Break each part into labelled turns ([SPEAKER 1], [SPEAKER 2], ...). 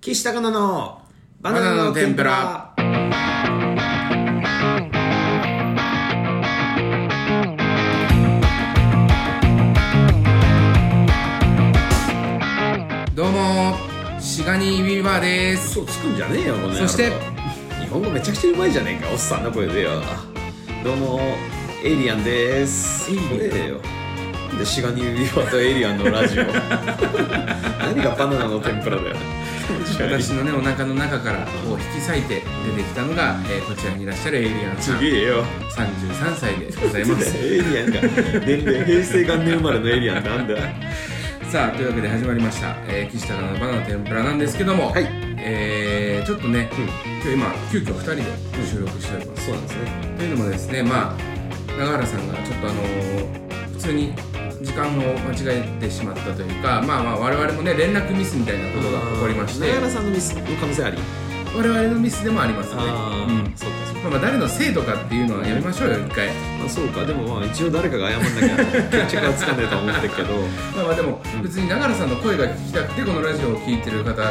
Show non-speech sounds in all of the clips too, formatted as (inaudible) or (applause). [SPEAKER 1] 岸高菜のバナナの天ぷら。
[SPEAKER 2] どうもシガニービーバーです
[SPEAKER 1] 嘘つくんじゃねえよ、この野郎
[SPEAKER 2] そして
[SPEAKER 1] 日本語めちゃくちゃうまいじゃねえか、おっさんの声でよ。どうも、エイリアンです。
[SPEAKER 2] エイリアン
[SPEAKER 1] 怖えよ。なんでシガニービーバーとエイリアンの
[SPEAKER 2] (laughs)
[SPEAKER 1] ラジオ。何がバナナの天ぷらだよ。
[SPEAKER 2] 私のねお腹の中からこう引き裂いて出てきたのが、えーこちらにいらっしゃるエイリアンさん
[SPEAKER 1] すげえよ。
[SPEAKER 2] 33歳でございます
[SPEAKER 1] エイリアンが年齢平成元年生まれのエイリアンなんだ
[SPEAKER 2] さあというわけで始まりました「えー、岸田のバナナ天ぷら」なんですけども、
[SPEAKER 1] はい
[SPEAKER 2] えーちょっとね、今日今急遽2人で収録しております、
[SPEAKER 1] そうなんですね
[SPEAKER 2] というのもですねまあ永原さんがちょっとあのー普通に時間を間違えてしまったというかまあまあ我々もね連絡ミスみたいなことが起こりまして
[SPEAKER 1] 永原さんのミスの可能性あり
[SPEAKER 2] 我々のミスでもありますね
[SPEAKER 1] ああ、
[SPEAKER 2] うん
[SPEAKER 1] そうかそうか
[SPEAKER 2] まあまあ誰のせいとかっていうのはやめましょうよ一回
[SPEAKER 1] まあそうかでもまあ一応誰かが謝んなきゃ決着はつかねえとは思ってる (laughs) けど
[SPEAKER 2] まあまあでも別に永野さんの声が聞きたくてこのラジオを聞いてる方が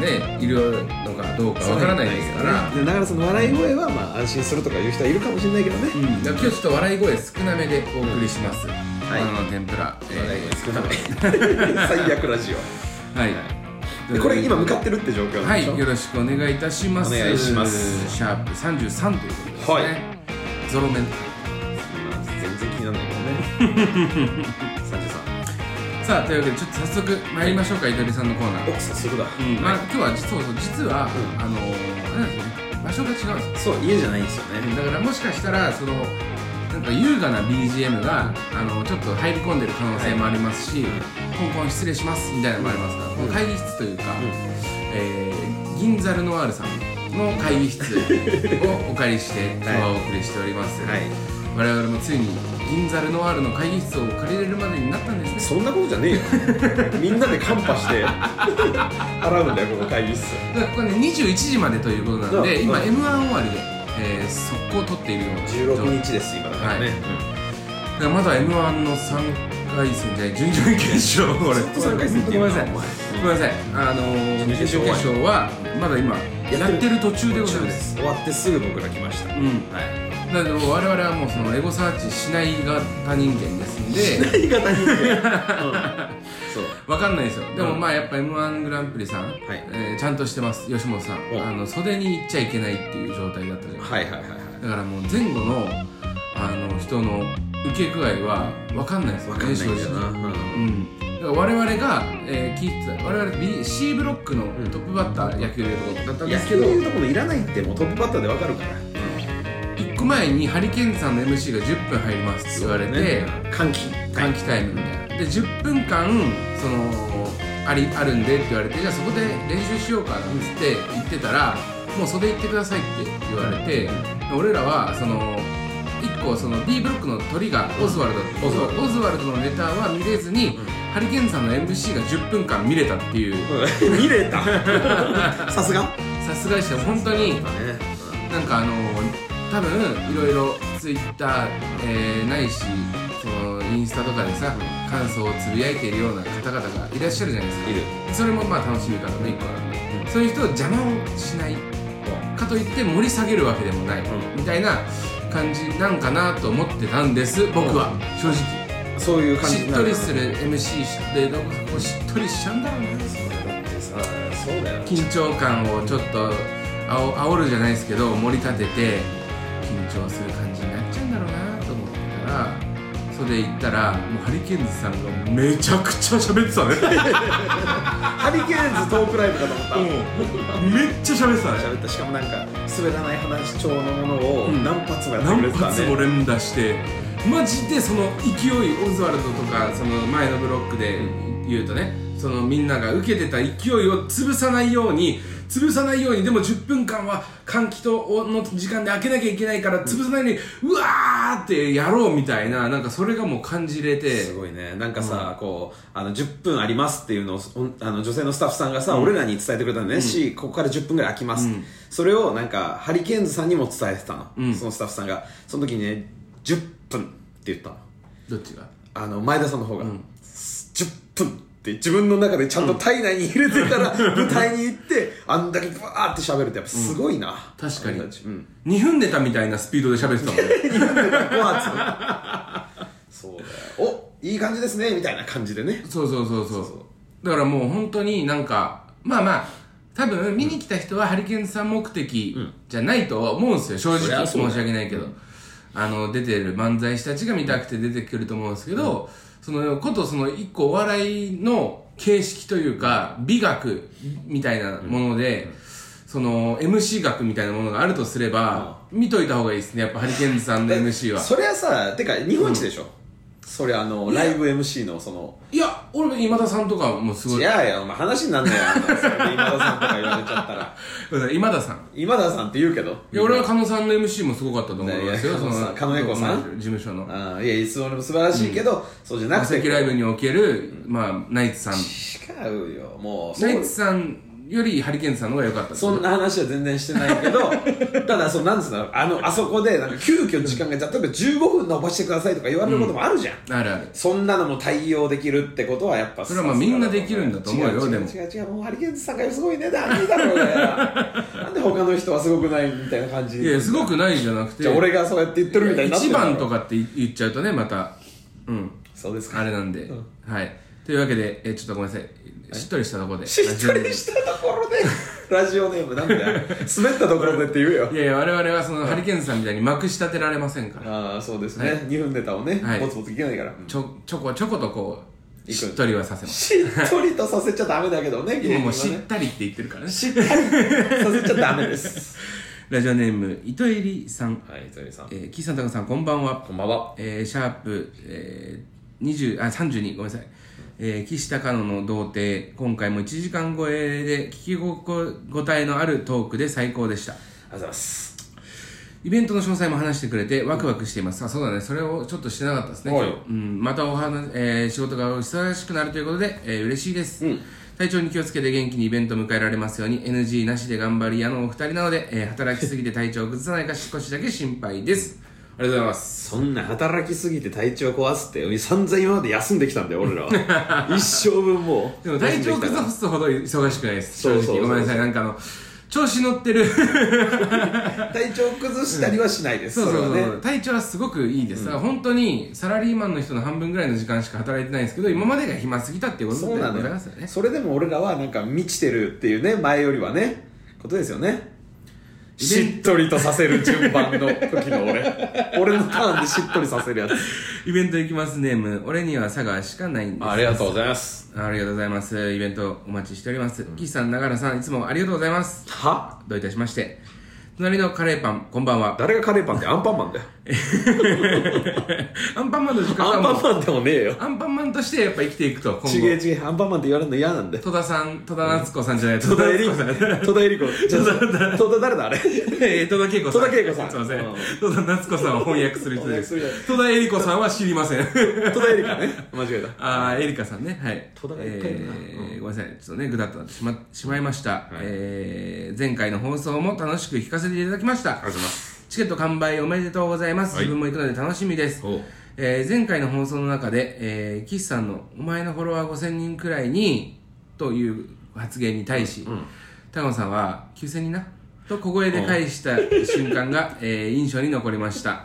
[SPEAKER 2] ねいるのかどうかわからないですから
[SPEAKER 1] で永原さんの笑い声はまあ安心するとかいう人はいるかもしれないけどね、
[SPEAKER 2] うんだから今日ちょっと笑い声少なめでお送りします
[SPEAKER 1] い
[SPEAKER 2] バナナの天ぷらえー
[SPEAKER 1] 笑い声少なめ最悪ラジ
[SPEAKER 2] はい
[SPEAKER 1] オでこれ今向かってるって状況なん
[SPEAKER 2] は
[SPEAKER 1] でしょ
[SPEAKER 2] いよろしくお願いいたします
[SPEAKER 1] お願いします
[SPEAKER 2] シャープ33ということですね
[SPEAKER 1] はい
[SPEAKER 2] ゾロ目
[SPEAKER 1] まあ全然気にならない (laughs) けどねサンジさ
[SPEAKER 2] さあというわけでちょっと早速参りましょうかいとりさんのコーナー
[SPEAKER 1] んお早速だ、
[SPEAKER 2] うんまあ、今日は実はそう実は、
[SPEAKER 1] うん
[SPEAKER 2] あのーなんですね場所が違うんですよ
[SPEAKER 1] そう家じゃないんですよね
[SPEAKER 2] だからもしかしたらそのなんか優雅な BGM があのちょっと入り込んでる可能性もありますし、香港失礼しますみたいなのもありますから、この会議室というか、えー銀ザルノワールさんの会議室をお借りして今日はお送りしております、
[SPEAKER 1] はい
[SPEAKER 2] 我々もついに銀ザルノワールの会議室を借りれるまでになったんですね
[SPEAKER 1] そんなことじゃねえよみんなでカンパして (laughs) 払うんだよこの会議室
[SPEAKER 2] だからこれね21時までということなので、
[SPEAKER 1] うん
[SPEAKER 2] 今
[SPEAKER 1] うん
[SPEAKER 2] m 1終わりで、えー、速攻取っているような状態
[SPEAKER 1] 16日です今だからね、
[SPEAKER 2] はいだからまだ m 1の3回戦じゃない準々決勝これ
[SPEAKER 1] ずっと三回戦って
[SPEAKER 2] ご
[SPEAKER 1] 言
[SPEAKER 2] め
[SPEAKER 1] うん
[SPEAKER 2] な
[SPEAKER 1] な
[SPEAKER 2] さい
[SPEAKER 1] お前
[SPEAKER 2] ごめんなさいあのー、準々
[SPEAKER 1] 準々
[SPEAKER 2] 決
[SPEAKER 1] 決勝
[SPEAKER 2] 勝はまだ今やってる途中でございます
[SPEAKER 1] す終わってすぐ僕ら来ました、
[SPEAKER 2] うん
[SPEAKER 1] はい
[SPEAKER 2] だから我々はもうそのエゴサーチしない型人間ですんで
[SPEAKER 1] (laughs) 言い方に、うん、そう
[SPEAKER 2] わかんないですよでも
[SPEAKER 1] うん
[SPEAKER 2] まあやっぱ m 1グランプリさん、
[SPEAKER 1] い
[SPEAKER 2] えーちゃんとしてます吉本さん
[SPEAKER 1] お
[SPEAKER 2] あの袖に行っちゃいけないっていう状態だったじゃないですか
[SPEAKER 1] はいはいはいは
[SPEAKER 2] だからもう前後のあの人の受け具合は分かんないです
[SPEAKER 1] い
[SPEAKER 2] よ
[SPEAKER 1] わ
[SPEAKER 2] ね
[SPEAKER 1] かんないんだよ
[SPEAKER 2] 正直
[SPEAKER 1] な、うん
[SPEAKER 2] うん、だから我々が、えー聞いてた我々 B C ブロックのトップバッター、野球でいうところだったん
[SPEAKER 1] 野
[SPEAKER 2] ですけ
[SPEAKER 1] 球
[SPEAKER 2] ど
[SPEAKER 1] でいうところいらないってもうトップバッターでわかるから、
[SPEAKER 2] 1個前にハリケーンさんの MC が10分入りますって言われて、
[SPEAKER 1] 歓喜
[SPEAKER 2] 換気タイムみたいなで10分間そのありあるんでって言われてじゃあそこで練習しようかなんつって言ってたらもう袖行ってくださいって言われてで俺らはその1個その B ブロックの鳥がオズワルド
[SPEAKER 1] オズワルド
[SPEAKER 2] オズワルドのネタは見れずに、ハリケーンさんの MC が10分間見れたっていう
[SPEAKER 1] うん見れ (laughs) たさすがね、
[SPEAKER 2] さすがでした本当になんかあの多分いろいろツイッター、えーないしそのインスタとかでさ感想をつぶやいているような方々がいらっしゃるじゃないですか
[SPEAKER 1] いる
[SPEAKER 2] それもまあ楽しみ方の一個なんで、そういう人を邪魔をしないかといって盛り下げるわけでもない、
[SPEAKER 1] う
[SPEAKER 2] みたいな感じなんかなと思ってたんです僕は、正直
[SPEAKER 1] そういう感じ
[SPEAKER 2] し
[SPEAKER 1] に
[SPEAKER 2] っ
[SPEAKER 1] な
[SPEAKER 2] と
[SPEAKER 1] る
[SPEAKER 2] りする MC でどこかこうしっとりしちゃうんだろうな
[SPEAKER 1] だってさそうだよ
[SPEAKER 2] 緊張感をちょっとあお煽るじゃないですけど盛り立てて緊張する感じになっちゃうんだろうなと思ってたら袖行ったらもうハリケーンズさんがめちゃくちゃ喋ってたね
[SPEAKER 1] ハリケーンズトークライブかと思った、
[SPEAKER 2] (laughs) うんめっちゃ喋ってたね
[SPEAKER 1] 喋ったしかもなんか滑らない話調のものを
[SPEAKER 2] うん
[SPEAKER 1] 何発もやってく
[SPEAKER 2] 何
[SPEAKER 1] れてたね
[SPEAKER 2] 発、も連打してマジでその勢いオズワルドとかその前のブロックで言うとねそのみんなが受けてた勢いを潰さないように潰さないようにでも10分間は換気との時間で開けなきゃいけないから潰さないようにうわーってやろうみたいななんかそれがもう感じれて
[SPEAKER 1] すごいねなんかさ、こうあの10分ありますっていうのをおんあの女性のスタッフさんがさ、俺らに伝えてくれたんだね、しここから10分ぐらい空きます、それをなんかハリケーンズさんにも伝えてたの、
[SPEAKER 2] ん
[SPEAKER 1] そのスタッフさんがその時にね10分って言ったの
[SPEAKER 2] どっちが
[SPEAKER 1] あの前田さんの方が、10分ってって自分の中でちゃんと体内に入れてから舞台に行ってあんだけバーって喋るってやっぱすごいな、
[SPEAKER 2] 確かに
[SPEAKER 1] 俺たちうん
[SPEAKER 2] 2分ネタみたいなスピードで喋ってたもんね
[SPEAKER 1] 5発そうだよおいい感じですねみたいな感じでね
[SPEAKER 2] そうそうそうそうだからもう本当になんかまあまあ多分見に来た人はハリケーンさん目的じゃないとは思うんですよ正
[SPEAKER 1] そり
[SPEAKER 2] 直
[SPEAKER 1] ゃそうだ
[SPEAKER 2] 申
[SPEAKER 1] よ
[SPEAKER 2] し訳ないけど、あの出てる漫才師たちが見たくて出てくると思うんですけど、そのことその一個お笑いの形式というか美学みたいなもので、その MC 学みたいなものがあるとすれば、見といた方がいいですねやっぱハリケーンさんの MC は
[SPEAKER 1] そりゃさてか日本一でしょ、それあのライブ MC のその
[SPEAKER 2] (laughs) いや俺も今田さんとかもすご
[SPEAKER 1] い
[SPEAKER 2] い
[SPEAKER 1] やいやお前話になんねえよあんたそれで今田さんとか言われちゃった
[SPEAKER 2] (laughs)
[SPEAKER 1] ら
[SPEAKER 2] 今田さん
[SPEAKER 1] 今田さんって言うけど
[SPEAKER 2] いや俺は狩野さんの MC もすごかったと思いますよ
[SPEAKER 1] いやいや
[SPEAKER 2] そ
[SPEAKER 1] 狩野さ
[SPEAKER 2] の
[SPEAKER 1] ん狩野英孝さん
[SPEAKER 2] 事務所の
[SPEAKER 1] あーいやいつも俺も素晴らしいけど、そうじゃなくて
[SPEAKER 2] 関ライブにおける、まあ、ナイツさん
[SPEAKER 1] 違うよもうそ
[SPEAKER 2] ナ
[SPEAKER 1] う
[SPEAKER 2] イツさんよりハリケーンさんの方が良かった
[SPEAKER 1] そんな話は全然してないけ
[SPEAKER 2] (laughs)
[SPEAKER 1] どただそのなんつうのあのあそこでなんか急遽時間がじゃあ例えば15分伸ばしてくださいとか言われることもあるじゃん、
[SPEAKER 2] あるある
[SPEAKER 1] そんなのも対応できるってことはやっぱ
[SPEAKER 2] それはまあみんなできるんだと思うよ
[SPEAKER 1] 違違
[SPEAKER 2] でも
[SPEAKER 1] 違う違うもうハリケーンさんがすごいねだいいだろうねなんで他の人はすごくないみたいな感じ
[SPEAKER 2] いやすごくないじゃなくて
[SPEAKER 1] じゃあ俺がそうやって言ってるみたいになって
[SPEAKER 2] 一
[SPEAKER 1] るから
[SPEAKER 2] 番とかって言っちゃうとねまたうん
[SPEAKER 1] そうですか
[SPEAKER 2] あれなんで、はいというわけでえちょっとごめんなさいしっとりしたところ
[SPEAKER 1] (laughs)
[SPEAKER 2] で
[SPEAKER 1] しっとりしたところでラジオネームなんだよ滑ったところでって言えよ
[SPEAKER 2] いやいや我々はそのハリケーンさんみたいにまくし立てられませんから
[SPEAKER 1] ああそうですね、2分ネタをね、
[SPEAKER 2] はい
[SPEAKER 1] ボツボツいけないから
[SPEAKER 2] ちょちょこちょことこう
[SPEAKER 1] いく
[SPEAKER 2] しっとりはさせます
[SPEAKER 1] しっとりとさせちゃダメだけどね
[SPEAKER 2] 今
[SPEAKER 1] 芸人
[SPEAKER 2] もう
[SPEAKER 1] は
[SPEAKER 2] しっ
[SPEAKER 1] ね
[SPEAKER 2] たりって言ってるからね
[SPEAKER 1] しっかりさせちゃダメです
[SPEAKER 2] ラジオネーム糸入りさん、
[SPEAKER 1] はい糸井さん
[SPEAKER 2] えー、岸さん高さんこんばんは、
[SPEAKER 1] こんばんは
[SPEAKER 2] えー、シャープ、えー、20あ32ごめんなさい、えー、岸高野の童貞今回も1時間超えで聞き心地のあるトークで最高でした
[SPEAKER 1] ありがとうございます
[SPEAKER 2] イベントの詳細も話してくれてワクワクしています、あそうだねそれをちょっとしてなかったですね
[SPEAKER 1] はい
[SPEAKER 2] 今日うん、またお話、えー仕事が忙しくなるということで、えー嬉しいです、体調に気をつけて元気にイベントを迎えられますように NG なしで頑張り屋のお二人なので、えー働きすぎて体調を崩さないか少しだけ心配ですありがとうございます
[SPEAKER 1] そんな働きすぎて体調壊すって散々今まで休んできたんだよ俺ら (laughs) は一生分もう
[SPEAKER 2] でも体調
[SPEAKER 1] 休んできた
[SPEAKER 2] 崩すほど忙しくないです
[SPEAKER 1] そ
[SPEAKER 2] 正
[SPEAKER 1] うそう
[SPEAKER 2] 直
[SPEAKER 1] そう
[SPEAKER 2] ごめんなさいなんかあの調子乗っ
[SPEAKER 1] (laughs)
[SPEAKER 2] てる
[SPEAKER 1] から体調崩したりはしないです、
[SPEAKER 2] そうそうそう、
[SPEAKER 1] れはね
[SPEAKER 2] 体調はすごくいいです、だから本当にサラリーマンの人の半分ぐらいの時間しか働いてないんですけど今までが暇すぎたっていうこと
[SPEAKER 1] そう
[SPEAKER 2] で
[SPEAKER 1] な
[SPEAKER 2] ご
[SPEAKER 1] の
[SPEAKER 2] ざいま
[SPEAKER 1] よ
[SPEAKER 2] すよね
[SPEAKER 1] それでも俺らはなんか満ちてるっていうね前よりはねことですよねしっとりとさせる順番の時の (laughs) 俺俺のターンでしっとりさせるやつ
[SPEAKER 2] イベント行きますネーム俺には佐賀しかないんです
[SPEAKER 1] ありがとうございます
[SPEAKER 2] ありがとうございますイベントお待ちしております、岸さん長野さんいつもありがとうございます
[SPEAKER 1] は
[SPEAKER 2] どういたしまして隣のカレーパンこんばんは
[SPEAKER 1] 誰がカレーパンってアンパンマンだよ
[SPEAKER 2] アンパンマンの時間
[SPEAKER 1] ア
[SPEAKER 2] は
[SPEAKER 1] ン
[SPEAKER 2] も
[SPEAKER 1] パ
[SPEAKER 2] う
[SPEAKER 1] ンマンでもねえよ
[SPEAKER 2] アンパンマンとしてやっぱ生きていくと今
[SPEAKER 1] ちげえ
[SPEAKER 2] 後
[SPEAKER 1] ちげえアンパンマンって言われるの嫌なんだよ
[SPEAKER 2] 戸田さん戸田夏子さんじゃない戸
[SPEAKER 1] 戸田
[SPEAKER 2] 田
[SPEAKER 1] 恵梨
[SPEAKER 2] 恵梨子
[SPEAKER 1] 子
[SPEAKER 2] さん
[SPEAKER 1] 戸田恵梨子ちょっと戸田誰だあれ
[SPEAKER 2] えー戸田恵子さん
[SPEAKER 1] 戸田恵子さん
[SPEAKER 2] すいません、
[SPEAKER 1] うん
[SPEAKER 2] 戸田夏子さんを翻訳する人です
[SPEAKER 1] 翻訳す
[SPEAKER 2] 戸田恵梨子さんは知りません
[SPEAKER 1] 戸田恵梨子ね間違えた
[SPEAKER 2] ああ、エリカさんね。はい。
[SPEAKER 1] 戸田が言ったよな
[SPEAKER 2] えーごめんなさい。ちょっとね、ぐだっとなってしましまいました。えー前回の放送も楽しく聞かせていただきました。
[SPEAKER 1] ありがとうございます
[SPEAKER 2] チケット完売おめでとうございます。
[SPEAKER 1] はい
[SPEAKER 2] 自分も行くので楽しみです
[SPEAKER 1] おう。
[SPEAKER 2] えー前回の放送の中で、えー、岸さんのお前のフォロワー5000人くらいに、という発言に対し、タゴさんは9000人な、と小声で返した瞬
[SPEAKER 1] (laughs)
[SPEAKER 2] 間が、えー印象に残りました。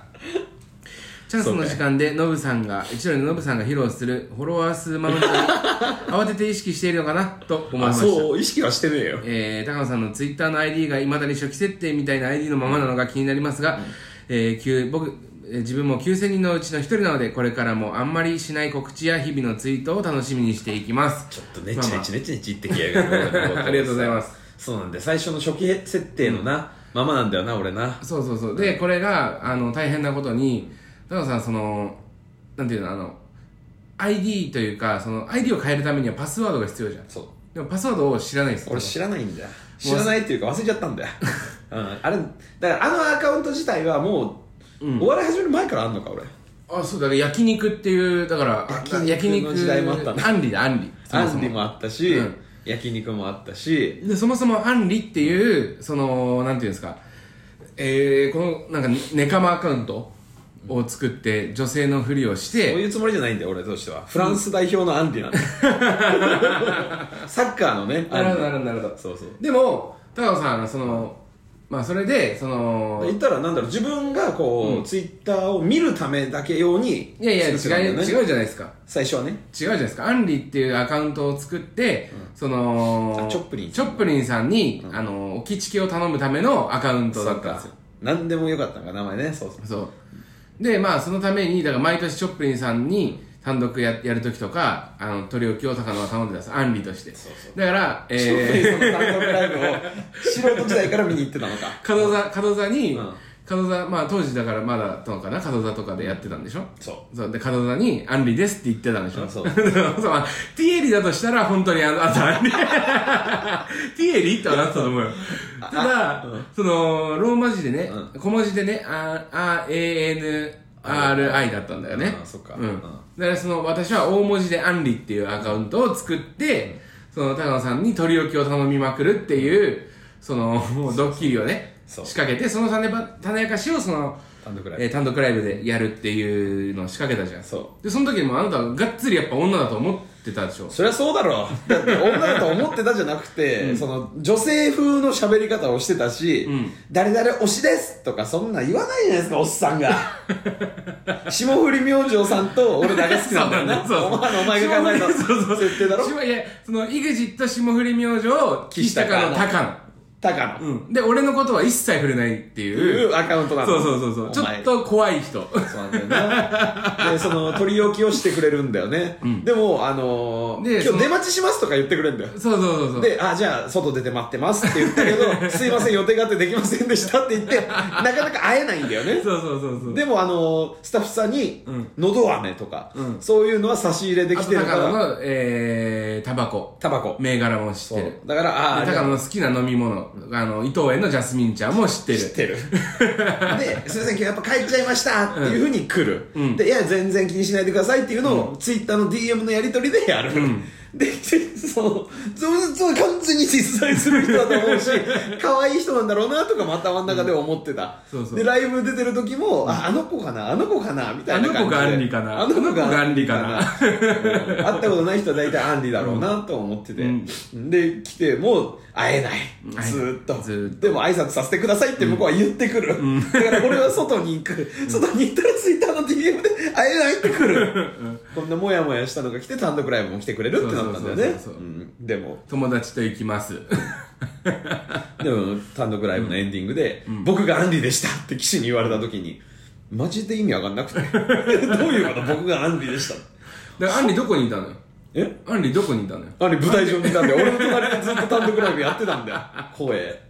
[SPEAKER 2] チャンスの時間でノブさんが一人のノブさんが披露するフォロワー数マウ
[SPEAKER 1] (laughs)
[SPEAKER 2] ントに慌てて意識しているのかなと思いま
[SPEAKER 1] あ
[SPEAKER 2] した
[SPEAKER 1] そう意識はしてねえよ
[SPEAKER 2] えー高野さんのツイッターの ID がいまだに初期設定みたいな ID のままなのが気になりますが、えーきゅう僕えー自分も9000人のうちの一人なのでこれからもあんまりしない告知や日々のツイートを楽しみにしていきます
[SPEAKER 1] ちょっとねちねちねちねち言ってきやがる
[SPEAKER 2] ありがとうございます
[SPEAKER 1] そうなんで最初の初期設定のなままなんだよな俺な
[SPEAKER 2] そうそうそうでこれがあの大変なことに高野さんそのなんていうのあの ID というかその ID を変えるためにはパスワードが必要じゃん
[SPEAKER 1] そう
[SPEAKER 2] でもパスワードを知らないんですよ
[SPEAKER 1] 俺知らないんだよ知らないっていうか忘れちゃったんだよ、うん、あれだからあのアカウント自体はもう、お笑い始める前からあんのか俺
[SPEAKER 2] あそうだから焼肉っていうだから
[SPEAKER 1] 焼肉の時代もあったな
[SPEAKER 2] アンリだアンリそ
[SPEAKER 1] ア
[SPEAKER 2] もそも
[SPEAKER 1] ンリもあったし、
[SPEAKER 2] うん
[SPEAKER 1] 焼肉もあったし
[SPEAKER 2] でそもそもアンリっていうそのなんていうんですかえー、このなんかネカマアカウントを作って女性のふりをし
[SPEAKER 1] そう
[SPEAKER 2] て
[SPEAKER 1] いうつもりじゃないんだよ俺としてはフランス代表のアンディなんだよサッカーのね
[SPEAKER 2] なるほどなる
[SPEAKER 1] アン
[SPEAKER 2] ほどなるほ
[SPEAKER 1] ディ
[SPEAKER 2] ど
[SPEAKER 1] そうそう
[SPEAKER 2] でも高野さんそのまあそれでその
[SPEAKER 1] 言ったらなんだろう自分がこう、ツイッターを見るためだけ用に
[SPEAKER 2] いやいや違
[SPEAKER 1] 作ってたんだよ
[SPEAKER 2] う
[SPEAKER 1] ね
[SPEAKER 2] 違うじゃないですか
[SPEAKER 1] 最初はね
[SPEAKER 2] 違うじゃないですかアンリっていうアカウントを作って、その
[SPEAKER 1] あチョップリン
[SPEAKER 2] チョップリンさんに、あのおきちきを頼むためのアカウントだったんですよ
[SPEAKER 1] 何でもよかったのか名前ねそうそう
[SPEAKER 2] そうでまあそのためにだから毎年チョップリンさんに単独ややるときとかあの取り置きを高野は頼んでたんですアンリとして
[SPEAKER 1] そうそ
[SPEAKER 2] だから、えー
[SPEAKER 1] ショートリーズの単独ライブを素人時代から見に行ってたのか
[SPEAKER 2] 角座角座に、
[SPEAKER 1] うん
[SPEAKER 2] 角座まあ当時だからまだだったのかな角座とかでやってたんでしょ
[SPEAKER 1] そ
[SPEAKER 2] そうで角座に「アンリです」って言ってたんでしょ
[SPEAKER 1] あそう
[SPEAKER 2] (laughs) そうまあティエリだとしたら本当にあのあとアン (laughs) リティエリってはなってたと思うよただ、そのローマ字でね、小文字でね「あ RANRI」だったんだよね
[SPEAKER 1] あそっか
[SPEAKER 2] うん
[SPEAKER 1] うん
[SPEAKER 2] だからその私は大文字で「アンリ」っていうアカウントを作って、その高野さんに取り置きを頼みまくるっていうそのドッキリをね仕
[SPEAKER 1] そう
[SPEAKER 2] 掛けてその種ば種明かしをその
[SPEAKER 1] 単独ライブ
[SPEAKER 2] えー単独ライブでやるっていうのを仕掛けたじゃん
[SPEAKER 1] そ
[SPEAKER 2] でその時にもあなたはがっつりやっぱ女だと思ってたでしょ
[SPEAKER 1] そりゃそうだろうだって女だと思ってたじゃなくて、その女性風の喋り方をしてたし
[SPEAKER 2] ん
[SPEAKER 1] 「誰々推しです」とかそんなん言わないじゃないですかおっさ
[SPEAKER 2] (laughs)
[SPEAKER 1] んが霜降り明星さんと俺だけ好きなんだよね
[SPEAKER 2] (laughs) そう
[SPEAKER 1] お前のお前が考えた
[SPEAKER 2] そうそう
[SPEAKER 1] 設定だろ
[SPEAKER 2] 霜いやその EXIT 霜降り明星岸
[SPEAKER 1] 岸
[SPEAKER 2] 高
[SPEAKER 1] 高
[SPEAKER 2] の
[SPEAKER 1] 野
[SPEAKER 2] 高
[SPEAKER 1] 高野、
[SPEAKER 2] 野、うん、で俺のことは一切触れないっていう
[SPEAKER 1] いうアカウントなの
[SPEAKER 2] そうそうそうそうちょ
[SPEAKER 1] お前
[SPEAKER 2] っと怖い人
[SPEAKER 1] そうなんだよねでその取り置きをしてくれるんだよね、でもあのー
[SPEAKER 2] でそ
[SPEAKER 1] 今
[SPEAKER 2] の
[SPEAKER 1] 日出待ちしますとか言ってくれるんだよ
[SPEAKER 2] そうそうそうそう
[SPEAKER 1] で、あ、じゃあ、外出て待ってますって言ったけ
[SPEAKER 2] (laughs)
[SPEAKER 1] ど、すいません、予定があってできませんでしたって言って、なかなか会えないんだよね。
[SPEAKER 2] そうそうそうそう
[SPEAKER 1] でも、あのスタッフさんに
[SPEAKER 2] ん、
[SPEAKER 1] のど飴とか、
[SPEAKER 2] うん
[SPEAKER 1] そういうのは差し入れで
[SPEAKER 2] あ
[SPEAKER 1] き
[SPEAKER 2] と
[SPEAKER 1] てるか
[SPEAKER 2] 高野
[SPEAKER 1] ら、
[SPEAKER 2] の、えー、タバコ
[SPEAKER 1] タバコ。
[SPEAKER 2] 銘柄も知っ
[SPEAKER 1] そ
[SPEAKER 2] てる
[SPEAKER 1] う。だから、ああ
[SPEAKER 2] で
[SPEAKER 1] ー、
[SPEAKER 2] 高野の好きな飲み物あの伊藤園のジャスミン茶も知ってる
[SPEAKER 1] 知ってるで「すいません今日やっぱ帰っちゃいました」っていうふうに来る、
[SPEAKER 2] ん
[SPEAKER 1] で「いや全然気にしないでください」っていうのを、ツイッターの DM のやり取りでやる、
[SPEAKER 2] ん
[SPEAKER 1] でそのそうそう完全に実在する人だと思う
[SPEAKER 2] (laughs)
[SPEAKER 1] し可愛い人なんだろうなとかも頭の中で思ってた、
[SPEAKER 2] うんそうそう
[SPEAKER 1] でライブ出てる時も「ああの子かなあの子かな」みたいな感じで
[SPEAKER 2] あの子がアンリかな
[SPEAKER 1] あの子
[SPEAKER 2] あの子が
[SPEAKER 1] が
[SPEAKER 2] ア
[SPEAKER 1] ア
[SPEAKER 2] ン
[SPEAKER 1] ン
[SPEAKER 2] リ
[SPEAKER 1] リ
[SPEAKER 2] か
[SPEAKER 1] か
[SPEAKER 2] な
[SPEAKER 1] なうん会ったことない人は大体アンリだろうなと思ってて、で来てもう会えない
[SPEAKER 2] 会えない
[SPEAKER 1] ずーっと
[SPEAKER 2] ずーっと
[SPEAKER 1] でも挨拶させてくださいって向こうは言ってくる、だから俺は外に行く、外に行ったらツイッターの DM で会えないってくる、こんなモヤモヤしたのが来て単独ライブも来てくれるってなったんだよね
[SPEAKER 2] そうそうそうそう
[SPEAKER 1] うんでも
[SPEAKER 2] 友達と行きます
[SPEAKER 1] でも単独ライブのエンディングで、僕がアンリでしたって騎手に言われた時にマジで意味わかんなくて (laughs) どういうこと僕がアンリでした
[SPEAKER 2] でアンリどこにいたのよ
[SPEAKER 1] え
[SPEAKER 2] アンリどこにいたのよ
[SPEAKER 1] あれ舞台上にいたんだよ俺の隣でずっと単独ライブやってたんだよ光栄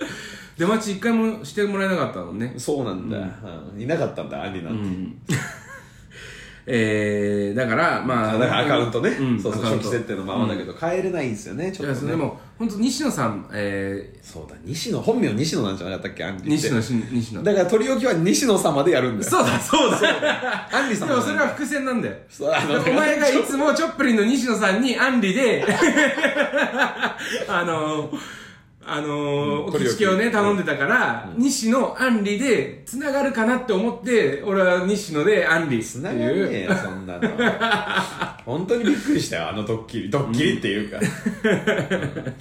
[SPEAKER 2] 出待ち一回もしてもらえなかったもんね
[SPEAKER 1] そうなんだ、うんいなかったんだ兄なんて、
[SPEAKER 2] (laughs) えー、だからまあ
[SPEAKER 1] あだからアカウントね、
[SPEAKER 2] うん、
[SPEAKER 1] そうそう
[SPEAKER 2] アカウン
[SPEAKER 1] 初
[SPEAKER 2] ト
[SPEAKER 1] 期設定のままだけど、変えれないんですよねち
[SPEAKER 2] い
[SPEAKER 1] ょ
[SPEAKER 2] や
[SPEAKER 1] っと
[SPEAKER 2] それ
[SPEAKER 1] ね
[SPEAKER 2] でも本当西野さん、え
[SPEAKER 1] そうだ西野本名西野なんじゃなかったっけアンリっ
[SPEAKER 2] ー、
[SPEAKER 1] て
[SPEAKER 2] 西野し西野
[SPEAKER 1] だから取り置きは西野様でやるんだよ
[SPEAKER 2] そうだそうだ (laughs)
[SPEAKER 1] アンリ
[SPEAKER 2] で
[SPEAKER 1] 様
[SPEAKER 2] もそれは伏線なんだよ
[SPEAKER 1] そうあの
[SPEAKER 2] お前がいつもチョップリンの西野さんにアンリで (laughs) あのあのお
[SPEAKER 1] 取
[SPEAKER 2] き
[SPEAKER 1] り置
[SPEAKER 2] ち
[SPEAKER 1] き
[SPEAKER 2] きをね頼んでたから、西野アンリでつながるかなって思って俺は西野でアンリって
[SPEAKER 1] つながんねえ
[SPEAKER 2] いう
[SPEAKER 1] よそんなの本当にびっくりしたよあのドッキリドッキリっていうか、うん
[SPEAKER 2] そう
[SPEAKER 1] そう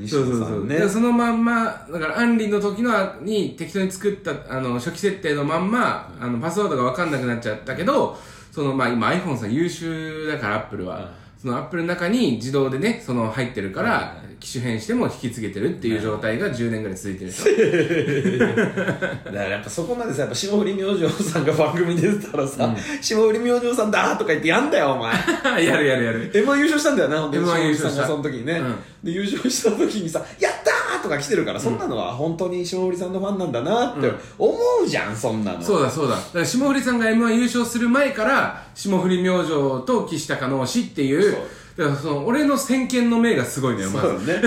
[SPEAKER 1] 西
[SPEAKER 2] そう
[SPEAKER 1] 野
[SPEAKER 2] そ
[SPEAKER 1] さ
[SPEAKER 2] うんで
[SPEAKER 1] ね
[SPEAKER 2] そのまんまだからアンリの時のに適当に作ったあの初期設定のまんまあのパスワードが分かんなくなっちゃったけどそのまあ今 iPhone さん優秀だからアップルは、そのアップルの中に自動でねその入ってるから、機種変しても引き継げてるっていう状態が10年ぐらい続いてるでしょ
[SPEAKER 1] だからやっぱそこまでさやっぱ霜降り明星さんが番組に出てたらさ、霜降り明星さんだとか言ってやんだよお前
[SPEAKER 2] (laughs) やるやるやる
[SPEAKER 1] m 1優勝したんだよな本当に
[SPEAKER 2] M1
[SPEAKER 1] 霜降りさん
[SPEAKER 2] 優勝した
[SPEAKER 1] がその時にね、
[SPEAKER 2] うん
[SPEAKER 1] で優勝した時にさ「やったー!」とか来てるからそんなのは本当に霜降りさんのファンなんだなって思うじゃん、そんなの
[SPEAKER 2] そうだそうだだから霜降りさんが m 1優勝する前から霜降り明星と岸高の推しっていう
[SPEAKER 1] そう
[SPEAKER 2] だからその俺の先見の明がすごいのよまず
[SPEAKER 1] そうだね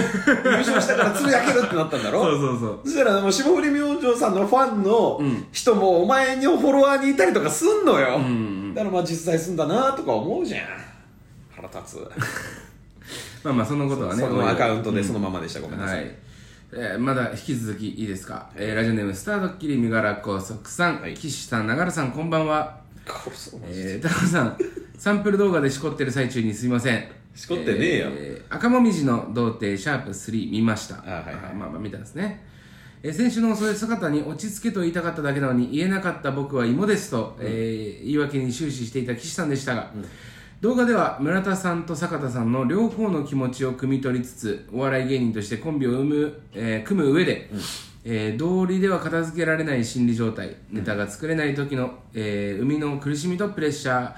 [SPEAKER 1] 優勝したからつぶやけるってなったんだろ
[SPEAKER 2] そうそうそう
[SPEAKER 1] そしたらもう霜降り明星さんのファンの人もお前のフォロワーにいたりとかすんのよ、だからまあ実際すんだなとか思うじゃん腹立つ
[SPEAKER 2] まあまあそのことはね
[SPEAKER 1] そ
[SPEAKER 2] おいお
[SPEAKER 1] の
[SPEAKER 2] い
[SPEAKER 1] アカウントでそのままでした、ごめんなさ、
[SPEAKER 2] はいい。えーまだ引き続きいいですか、えーラジオネームスタードッキリ身柄拘束さん、岸さん長良さんこんばんはえー、タカさんサンプル動画でしこってる最中にすいません
[SPEAKER 1] しこってねえよ
[SPEAKER 2] ー赤もみじの童貞シャープ3見ました
[SPEAKER 1] あはいはい
[SPEAKER 2] あまあまあ見たんですね、えー先週のそういう姿に落ち着けと言いたかっただけなのに言えなかった僕は芋ですと、えー言い訳に終始していた岸さんでしたが、動画では村田さんと坂田さんの両方の気持ちを汲み取りつつお笑い芸人としてコンビを生む、えー組む上で、えー道理では片付けられない心理状態ネタが作れない時の、えー生みの苦しみとプレッシャー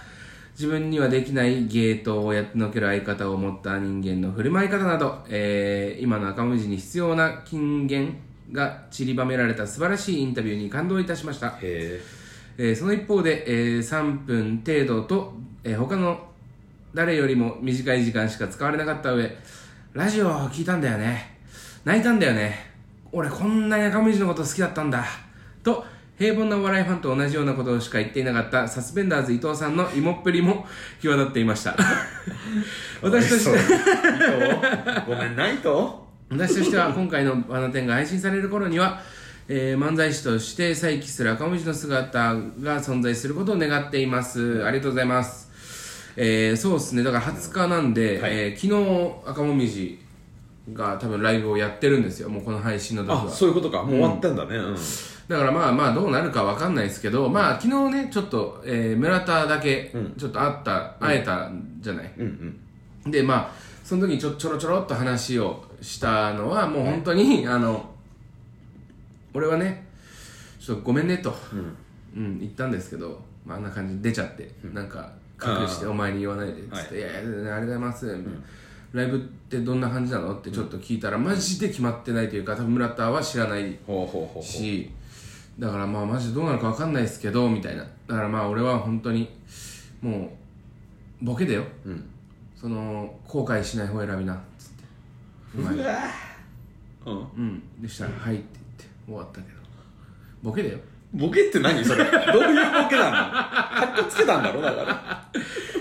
[SPEAKER 2] 自分にはできないゲートをやってのける相方を持った人間の振る舞い方など、えー今の赤文字に必要な金言が散りばめられた素晴らしいインタビューに感動いたしました
[SPEAKER 1] へ
[SPEAKER 2] えーその一方で、えー3分程度と、えー他の誰よりも短い時間しか使われなかった上ラジオ聞いたんだよね泣いたんだよね俺こんなに赤文字のこと好きだったんだと平凡なお笑いファンと同じようなことしか言っていなかったサスペンダーズ伊藤さんの芋っぷりも (laughs) 際立っていました私として
[SPEAKER 1] て (laughs) ごめんないと
[SPEAKER 2] 私としては今回の「バナテン」が配信される頃には、えー漫才師として再起する赤文字の姿が存在することを願っていますありがとうございます、えーそうですねだから20日なんで、
[SPEAKER 1] はい
[SPEAKER 2] えー昨日赤もみじが多分ライブをやってるんですよもうこの配信の時
[SPEAKER 1] あ
[SPEAKER 2] は
[SPEAKER 1] そういうことかもう終わったんだねうん
[SPEAKER 2] だからまあまあどうなるかわかんないですけど、まあ昨日ねちょっと、えー村田だけちょっと会った、会えたじゃない、
[SPEAKER 1] うん
[SPEAKER 2] でまあその時にちょちょろちょろっと話をしたのはもう本当に、あの俺はねちょっとごめんねと、うん言ったんですけど、まあ、あんな感じで出ちゃって、なんか隠して
[SPEAKER 1] あー
[SPEAKER 2] お前に言わないでっつって「い、やいや全然ありがとうございます」みたいなライブってどんな感じなの?」ってちょっと聞いたら、マジで決まってないというか多分村田は知らない
[SPEAKER 1] ほうほうほうほう
[SPEAKER 2] しだからまあマジでどうなるか分かんないですけどみたいなだからまあ俺は本当にもうボケだよ、
[SPEAKER 1] ん
[SPEAKER 2] その後悔しない方選びなっつってうまいう
[SPEAKER 1] わーうん
[SPEAKER 2] うんでしたら「はい」って言って終わったけどボケだよ
[SPEAKER 1] ボケって何それどういうボケなのかっこつけたんだろだから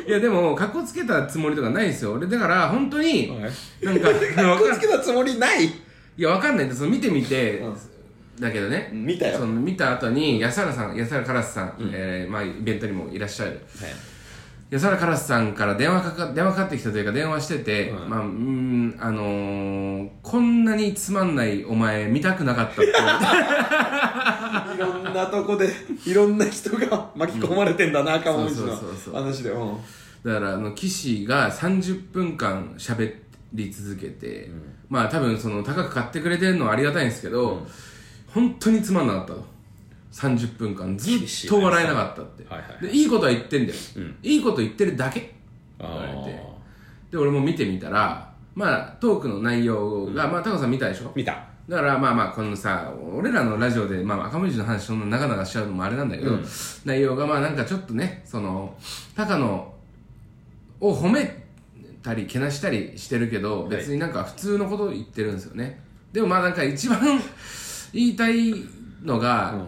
[SPEAKER 2] いやでもかっこつけたつもりとかないですよ俺だから本当に
[SPEAKER 1] はい
[SPEAKER 2] なんか
[SPEAKER 1] かっ
[SPEAKER 2] 分
[SPEAKER 1] こ
[SPEAKER 2] かん
[SPEAKER 1] つけたつもりない
[SPEAKER 2] いや分かんないんだその見てみて、
[SPEAKER 1] うん
[SPEAKER 2] だけどね
[SPEAKER 1] 見たよ
[SPEAKER 2] その見た後に安原さん安原カラスさん、えーまあイベントにもいらっしゃる安原カラスさんから電話かか電話かかってきたというか電話してて、
[SPEAKER 1] うん
[SPEAKER 2] まあうーんあのー、こんなにつまんないお前見たくなかったって
[SPEAKER 1] いろんなとこでいろんな人が巻き込まれてんだな赤文字の
[SPEAKER 2] そうそうそうそう
[SPEAKER 1] 話でうん
[SPEAKER 2] だからあの岸が30分間喋り続けて、まあ多分その高く買ってくれてるのはありがたいんですけど、本当につまんなかったと30分間ず
[SPEAKER 1] 厳しい
[SPEAKER 2] っ
[SPEAKER 1] ね
[SPEAKER 2] と笑えなかったって
[SPEAKER 1] はいはいはい
[SPEAKER 2] でいいことは言ってんだよ、
[SPEAKER 1] うん
[SPEAKER 2] いいこと言ってるだけ言われて
[SPEAKER 1] あ
[SPEAKER 2] で俺も見てみたらまあトークの内容が、まあタコさん見たでしょ
[SPEAKER 1] ー見た
[SPEAKER 2] だからまあまあこのさ俺らのラジオで、まあ、赤文字の話そんな長々しちゃうのもあれなんだけど、
[SPEAKER 1] うん
[SPEAKER 2] 内容がまあなんかちょっとねその高野を褒めたりけなしたりしてるけど
[SPEAKER 1] い
[SPEAKER 2] 別になんか普通のことを言ってるんですよね、でもまあなんか一番言いたいのが、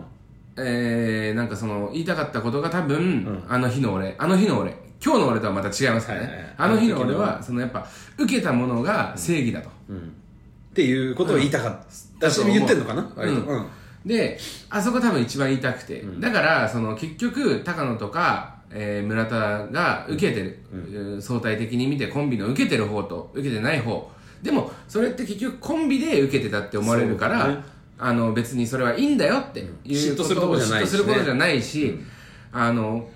[SPEAKER 2] えー、なんかその言いたかったことが多分、あの日の俺あの日の俺今日の俺とはまた違いますからね、
[SPEAKER 1] はいはいはい
[SPEAKER 2] あの日の俺はそのやっぱ受けたものが正義だと、
[SPEAKER 1] っていうことを言いたかったし
[SPEAKER 2] うん
[SPEAKER 1] 言ってんのかな
[SPEAKER 2] うん
[SPEAKER 1] 割とうん
[SPEAKER 2] であそこ多分一番痛くて、だからその結局高野とか、えー村田が受けてる、うん相対的に見てコンビの受けてる方と受けてない方でもそれって結局コンビで受けてたって思われるか
[SPEAKER 1] そ
[SPEAKER 2] ら、
[SPEAKER 1] うね
[SPEAKER 2] あの別にそれはいいんだよっていう
[SPEAKER 1] 嫉妬
[SPEAKER 2] こ
[SPEAKER 1] する
[SPEAKER 2] とを
[SPEAKER 1] とこじゃ
[SPEAKER 2] 嫉
[SPEAKER 1] ないしね
[SPEAKER 2] 妬することじゃないし、あの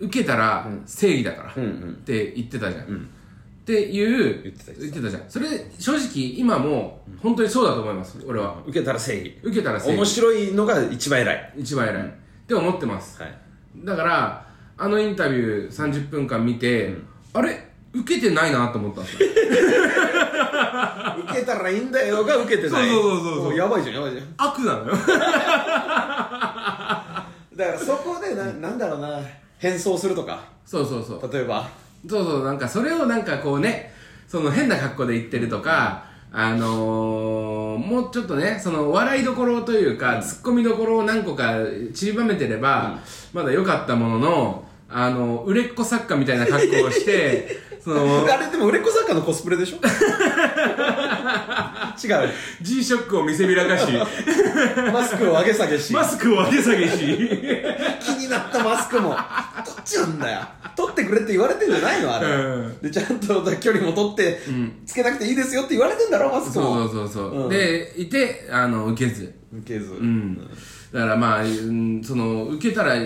[SPEAKER 2] 受けたら正義だからっ
[SPEAKER 1] うんうん
[SPEAKER 2] て言ってたじゃん、っていう
[SPEAKER 1] 言ってた言ってた
[SPEAKER 2] 言ってたじゃんそれ正直今も本当にそうだと思います俺は
[SPEAKER 1] 受けたら正義
[SPEAKER 2] 受けたら正義
[SPEAKER 1] 面白いのが一番偉い
[SPEAKER 2] 一番偉い、って思ってます
[SPEAKER 1] はい
[SPEAKER 2] だからあのインタビュー30分間見て、あれ受けてないなと思ったんですよ
[SPEAKER 1] 受けたらいいんだよが受けてない
[SPEAKER 2] そうそうそうそうそう
[SPEAKER 1] もやばいじゃんやばいじゃん
[SPEAKER 2] (laughs) 悪なのよ
[SPEAKER 1] だからそこでななんだろうな変装するとか
[SPEAKER 2] そうそうそう
[SPEAKER 1] 例えば
[SPEAKER 2] そうそうなんかそれをなんかこうねその変な格好で言ってるとか、あのー、もうちょっとねその笑いどころというか、ツッコミどころを何個か散りばめてれば、まだ良かったもののあの売れっ子作家みたいな格 (laughs) 好をしてその
[SPEAKER 1] (laughs) あれでも売れっ子作家のコスプレでしょ違う
[SPEAKER 2] G ショックを見せびら (laughs) かし
[SPEAKER 1] マスクを上げ下げし
[SPEAKER 2] マスクを上げ下げし
[SPEAKER 1] 気になったマスクも取っちゃうんだよ取ってくれって言われてんじゃないのあれ、
[SPEAKER 2] うん
[SPEAKER 1] でちゃんと距離も取って、つけなくていいですよって言われてんだろマスクも
[SPEAKER 2] そうそうそうそう、
[SPEAKER 1] うん
[SPEAKER 2] でいてあの受けず
[SPEAKER 1] 受けず、
[SPEAKER 2] うんだからまあ、うんその受けたら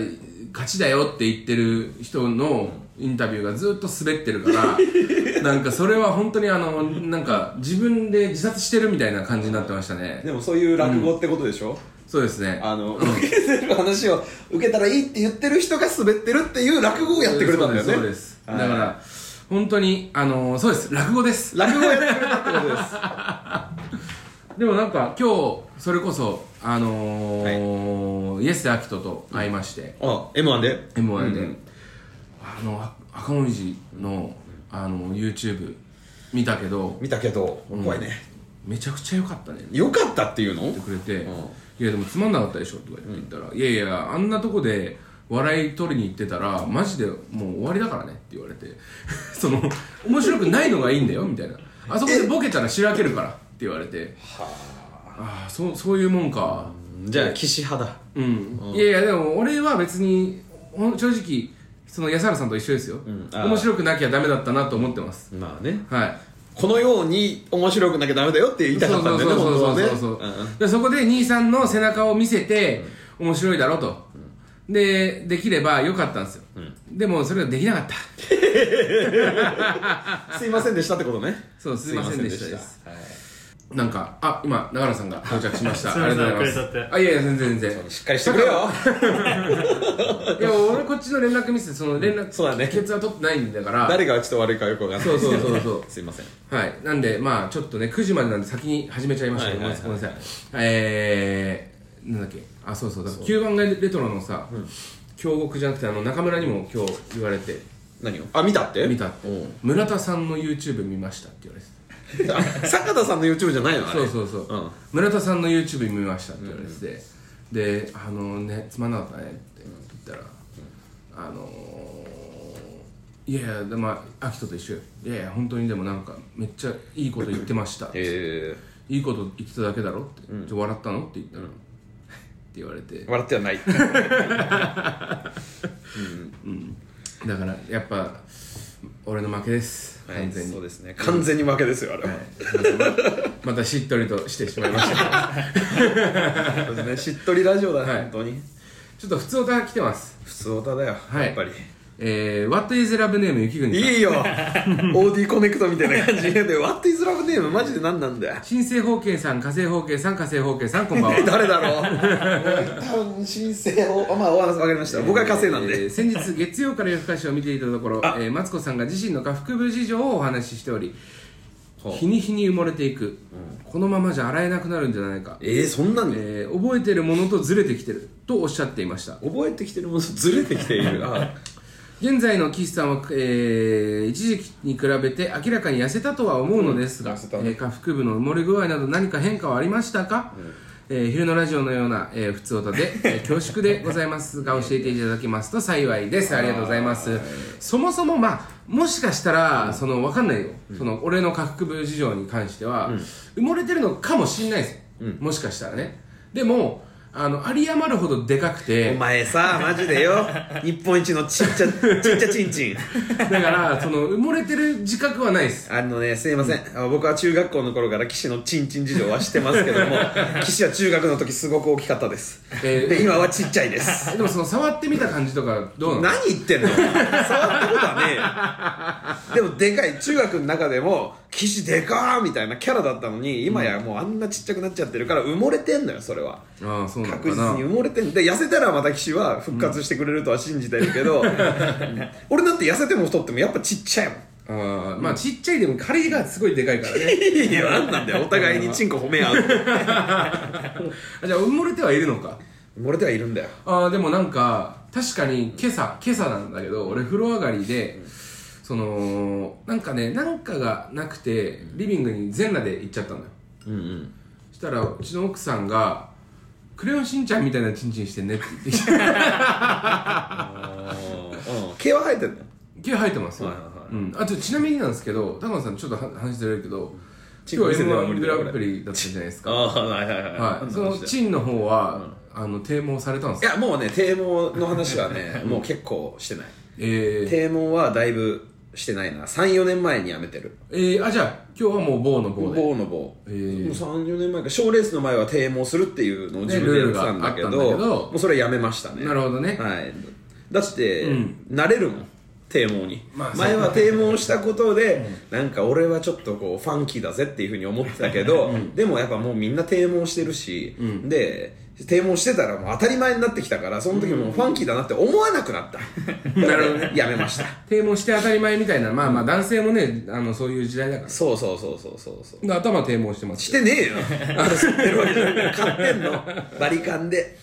[SPEAKER 2] 勝ちだよって言ってる人のインタビューがずっと滑ってるから
[SPEAKER 1] (laughs)
[SPEAKER 2] なんかそれは本当にあのなんか自分で自殺してるみたいな感じになってましたね
[SPEAKER 1] でもそういう落語ってことでしょ、
[SPEAKER 2] そうですね
[SPEAKER 1] あの、受けてる話を受けたらいいって言ってる人が滑ってるっていう落語をやってくれたんだよね
[SPEAKER 2] そうですそうです
[SPEAKER 1] は
[SPEAKER 2] だ
[SPEAKER 1] い
[SPEAKER 2] から本当にあのそうです落語です
[SPEAKER 1] 落語をやってくれたってことです
[SPEAKER 2] (laughs) でもなんか今日それこそあのーイエス・アキトと会いまして、
[SPEAKER 1] あ M1 で
[SPEAKER 2] M1 で、あのあ赤もみじのあの YouTube 見たけど
[SPEAKER 1] 見たけど怖いね、
[SPEAKER 2] めちゃくちゃ良かったねって
[SPEAKER 1] よかったっていうの
[SPEAKER 2] 言ってくれて
[SPEAKER 1] うん
[SPEAKER 2] 「いやでもつまんなかったでしょ」とか言って言ったら「いやいやあんなとこで笑い取りに行ってたらマジでもう終わりだからね」って言われて (laughs) 「その面白くないのがいいんだよ」みたいな「あそこでボケたらしらけるから」って言われて「ああそうそういうもんか」
[SPEAKER 1] じゃあ岸派だ
[SPEAKER 2] うん、いやいやでも俺は別にほん正直その安原さんと一緒ですよ、
[SPEAKER 1] んあー
[SPEAKER 2] 面白くなきゃダメだったなと思ってます
[SPEAKER 1] まあね
[SPEAKER 2] はい
[SPEAKER 1] このように面白くなきゃダメだよって言いたかったんだよね
[SPEAKER 2] そうそうそう
[SPEAKER 1] 本当はね
[SPEAKER 2] そうそうそう、
[SPEAKER 1] うんうん
[SPEAKER 2] でそこで兄さんの背中を見せて、面白いだろと、でできればよかったんですよ、でもそれができなかった
[SPEAKER 1] すいませんでしたってことね
[SPEAKER 2] そうすいませんでしたです
[SPEAKER 1] はい
[SPEAKER 2] なんかあ今長野さんが到着しまし
[SPEAKER 3] (laughs)
[SPEAKER 2] た
[SPEAKER 3] すい
[SPEAKER 2] あ
[SPEAKER 3] ません
[SPEAKER 2] りがとうござい
[SPEAKER 3] 遅れちゃっ
[SPEAKER 2] ますあいやいや全然全然
[SPEAKER 1] (laughs) しっかりしてくれよ
[SPEAKER 2] いや俺こっちの連絡見せてその連絡、
[SPEAKER 1] そうだね
[SPEAKER 2] ケツは取ってないんだから
[SPEAKER 1] 誰がちと悪いかよくわかんない
[SPEAKER 2] そうそうそうそう
[SPEAKER 1] すいません
[SPEAKER 2] はい、なんで、まあ、ちょっとね、9時までなんで、先に始めちゃいましたけど、
[SPEAKER 1] はいはい
[SPEAKER 2] ごめんなさい。えー、なんだっけ、あ、そうそう、だから9番街レトロのさ、京極じゃなくて、あの中村にも今日言われて、
[SPEAKER 1] 何をあ見たって
[SPEAKER 2] 見たって
[SPEAKER 1] うん、
[SPEAKER 2] 村田さんの YouTube 見ましたって言われてて、
[SPEAKER 1] あ坂田さんの YouTube じゃないのあれ
[SPEAKER 2] そうそうそう、
[SPEAKER 1] ん
[SPEAKER 2] 村田さんの YouTube 見ましたって言われてて、で、あのね、つまんなかったねって言ったら、あのー、いやいや、でもまあ、アキトと一緒よ。いやいや、本当にでもなんか、めっちゃいいこと言ってました。
[SPEAKER 1] え
[SPEAKER 2] いいこと言ってただけだろって、ちょ笑ったのって言ったら、って言われて
[SPEAKER 1] ー、笑ってはない
[SPEAKER 2] だからやっぱ俺の負けです完全に、
[SPEAKER 1] そうですね完全に負けですよあれは、
[SPEAKER 2] またしっとりとしてしまいました
[SPEAKER 1] (laughs) そうですねしっとりラジオだ、
[SPEAKER 2] はい
[SPEAKER 1] 本当に
[SPEAKER 2] ちょっと普通歌来てます
[SPEAKER 1] 普通歌だよ、
[SPEAKER 2] はい
[SPEAKER 1] やっぱり
[SPEAKER 2] えー、What is Love Name 雪国さん
[SPEAKER 1] いいよ OD コネクトみたいな感じ (laughs) で「What is Love Name」マジで何なんだよ (laughs)
[SPEAKER 2] 新生方形さん火星方形さん火星方形さんこんばんは
[SPEAKER 1] 誰だろう多分申請をまあわかりました (laughs) 僕は稼いなん
[SPEAKER 2] え
[SPEAKER 1] で、
[SPEAKER 2] ー先日月曜から夜更かしを見ていたところ、えー、マツコさんが自身の下腹部事情をお話ししており
[SPEAKER 1] ほう
[SPEAKER 2] 日に日に埋もれていく、このままじゃ洗えなくなるんじゃないか
[SPEAKER 1] えー、そんなん
[SPEAKER 2] えー覚えてるものとずれてきてるとおっしゃっていました
[SPEAKER 1] 覚えてきてるものずれてきているあ
[SPEAKER 2] 現在の岸さんは、えー一時期に比べて明らかに痩せたとは思うのですが、
[SPEAKER 1] 痩せた
[SPEAKER 2] えー下腹部の埋もれ具合など何か変化はありましたか、えー昼のラジオのような、えー、普通歌で、えー恐縮でござ
[SPEAKER 1] (laughs)
[SPEAKER 2] いますが教えていただけますと幸いですありがとうございますそもそもまあもしかしたら、そのわかんないよ、その俺の下腹部事情に関しては、埋もれてるのかもしんないですよ、もしかしたらねでもあの有り余るほどでかくて
[SPEAKER 1] お前さマジでよ日本一のちっちゃちっちゃちんちん
[SPEAKER 2] だからその埋もれてる自覚はないです
[SPEAKER 1] あのねすいません、あ僕は中学校の頃から騎士のちんちん事情は知ってますけども
[SPEAKER 2] (laughs)
[SPEAKER 1] 騎士は中学の時すごく大きかったです、
[SPEAKER 2] えー
[SPEAKER 1] で今はちっちゃいです
[SPEAKER 2] (laughs) でもその触ってみた感じとかどうなの
[SPEAKER 1] 何言ってんの触ったことはねえよでもでかい中学の中でも騎士でかーみたいなキャラだったのに今やもうあんなちっちゃくなっちゃってるから埋もれてんのよそれは
[SPEAKER 2] ああそうなの
[SPEAKER 1] 確
[SPEAKER 2] か
[SPEAKER 1] 実
[SPEAKER 2] な
[SPEAKER 1] に埋もれてんで痩せたらまた騎士は復活してくれるとは信じてるけど、俺なんて痩せても太ってもやっぱちっちゃいもん
[SPEAKER 2] ああまあちっちゃいでも仮がすごいでかいからね
[SPEAKER 1] いや何なんだよお互いにチンコ褒め合う
[SPEAKER 2] あじゃあ埋もれてはいるのか
[SPEAKER 1] 埋もれてはいるんだよ
[SPEAKER 2] ああでもなんか確かに今朝今朝なんだけど俺風呂上がりでそのなんかねなんかがなくてリビングに全裸で行っちゃったのよ
[SPEAKER 1] うんうん
[SPEAKER 2] そしたらうちの奥さんが「クレヨンしんちゃんみたいなチンチンしてね」って言ってきて
[SPEAKER 1] 毛は生えてんの
[SPEAKER 2] 毛生えてますよ、
[SPEAKER 1] はいはいはい
[SPEAKER 2] うん、あとちなみになんですけど高野さんちょっとは話ずれるけど
[SPEAKER 1] チン
[SPEAKER 2] 今
[SPEAKER 1] コ
[SPEAKER 2] 日
[SPEAKER 1] 見せては
[SPEAKER 2] M1
[SPEAKER 1] 無理
[SPEAKER 2] グ
[SPEAKER 1] だよ
[SPEAKER 2] ラ
[SPEAKER 1] こ
[SPEAKER 2] ン
[SPEAKER 1] れ
[SPEAKER 2] プリだったじゃないです
[SPEAKER 1] あ
[SPEAKER 2] か
[SPEAKER 1] あはい (laughs) はいはい
[SPEAKER 2] はいその
[SPEAKER 1] ン
[SPEAKER 2] チンの方は、あの堤防されたんです
[SPEAKER 1] い
[SPEAKER 2] か
[SPEAKER 1] やもうね堤毛の話は
[SPEAKER 2] (laughs)
[SPEAKER 1] ねもう結構してない
[SPEAKER 2] えー、
[SPEAKER 1] 堤毛はだいぶしてないな34年前にやめてる
[SPEAKER 2] えー、あじゃあ今日はもう棒の棒で
[SPEAKER 1] 棒の棒、
[SPEAKER 2] えー
[SPEAKER 1] もう34年前か賞レースの前は堤毛するっていうのを自分でやってたんだけど,、
[SPEAKER 2] ねルールがあったんだけ
[SPEAKER 1] も
[SPEAKER 2] ど
[SPEAKER 1] うそれやめましたね
[SPEAKER 2] なるほどね
[SPEAKER 1] はい、だって、
[SPEAKER 2] うん
[SPEAKER 1] 慣れるもん堤毛に、
[SPEAKER 2] まあ
[SPEAKER 1] 前は堤毛したことで、なんか俺はちょっとこうファンキーだぜっていうふうに思ってたけど、でもやっぱもうみんな堤毛してるし、で堤毛してたらもう当たり前になってきたからその時もうファンキーだなって思わなくなった、
[SPEAKER 2] (laughs) なるほどね
[SPEAKER 1] やめました
[SPEAKER 2] 堤防して当たり前みたいなまあまあ男性もねあのそういう時代だから
[SPEAKER 1] そうそうそうそうそうそう
[SPEAKER 2] で頭堤防してます
[SPEAKER 1] し
[SPEAKER 2] よ
[SPEAKER 1] てねえよ知ってるわけじゃない買ってんのバリカンで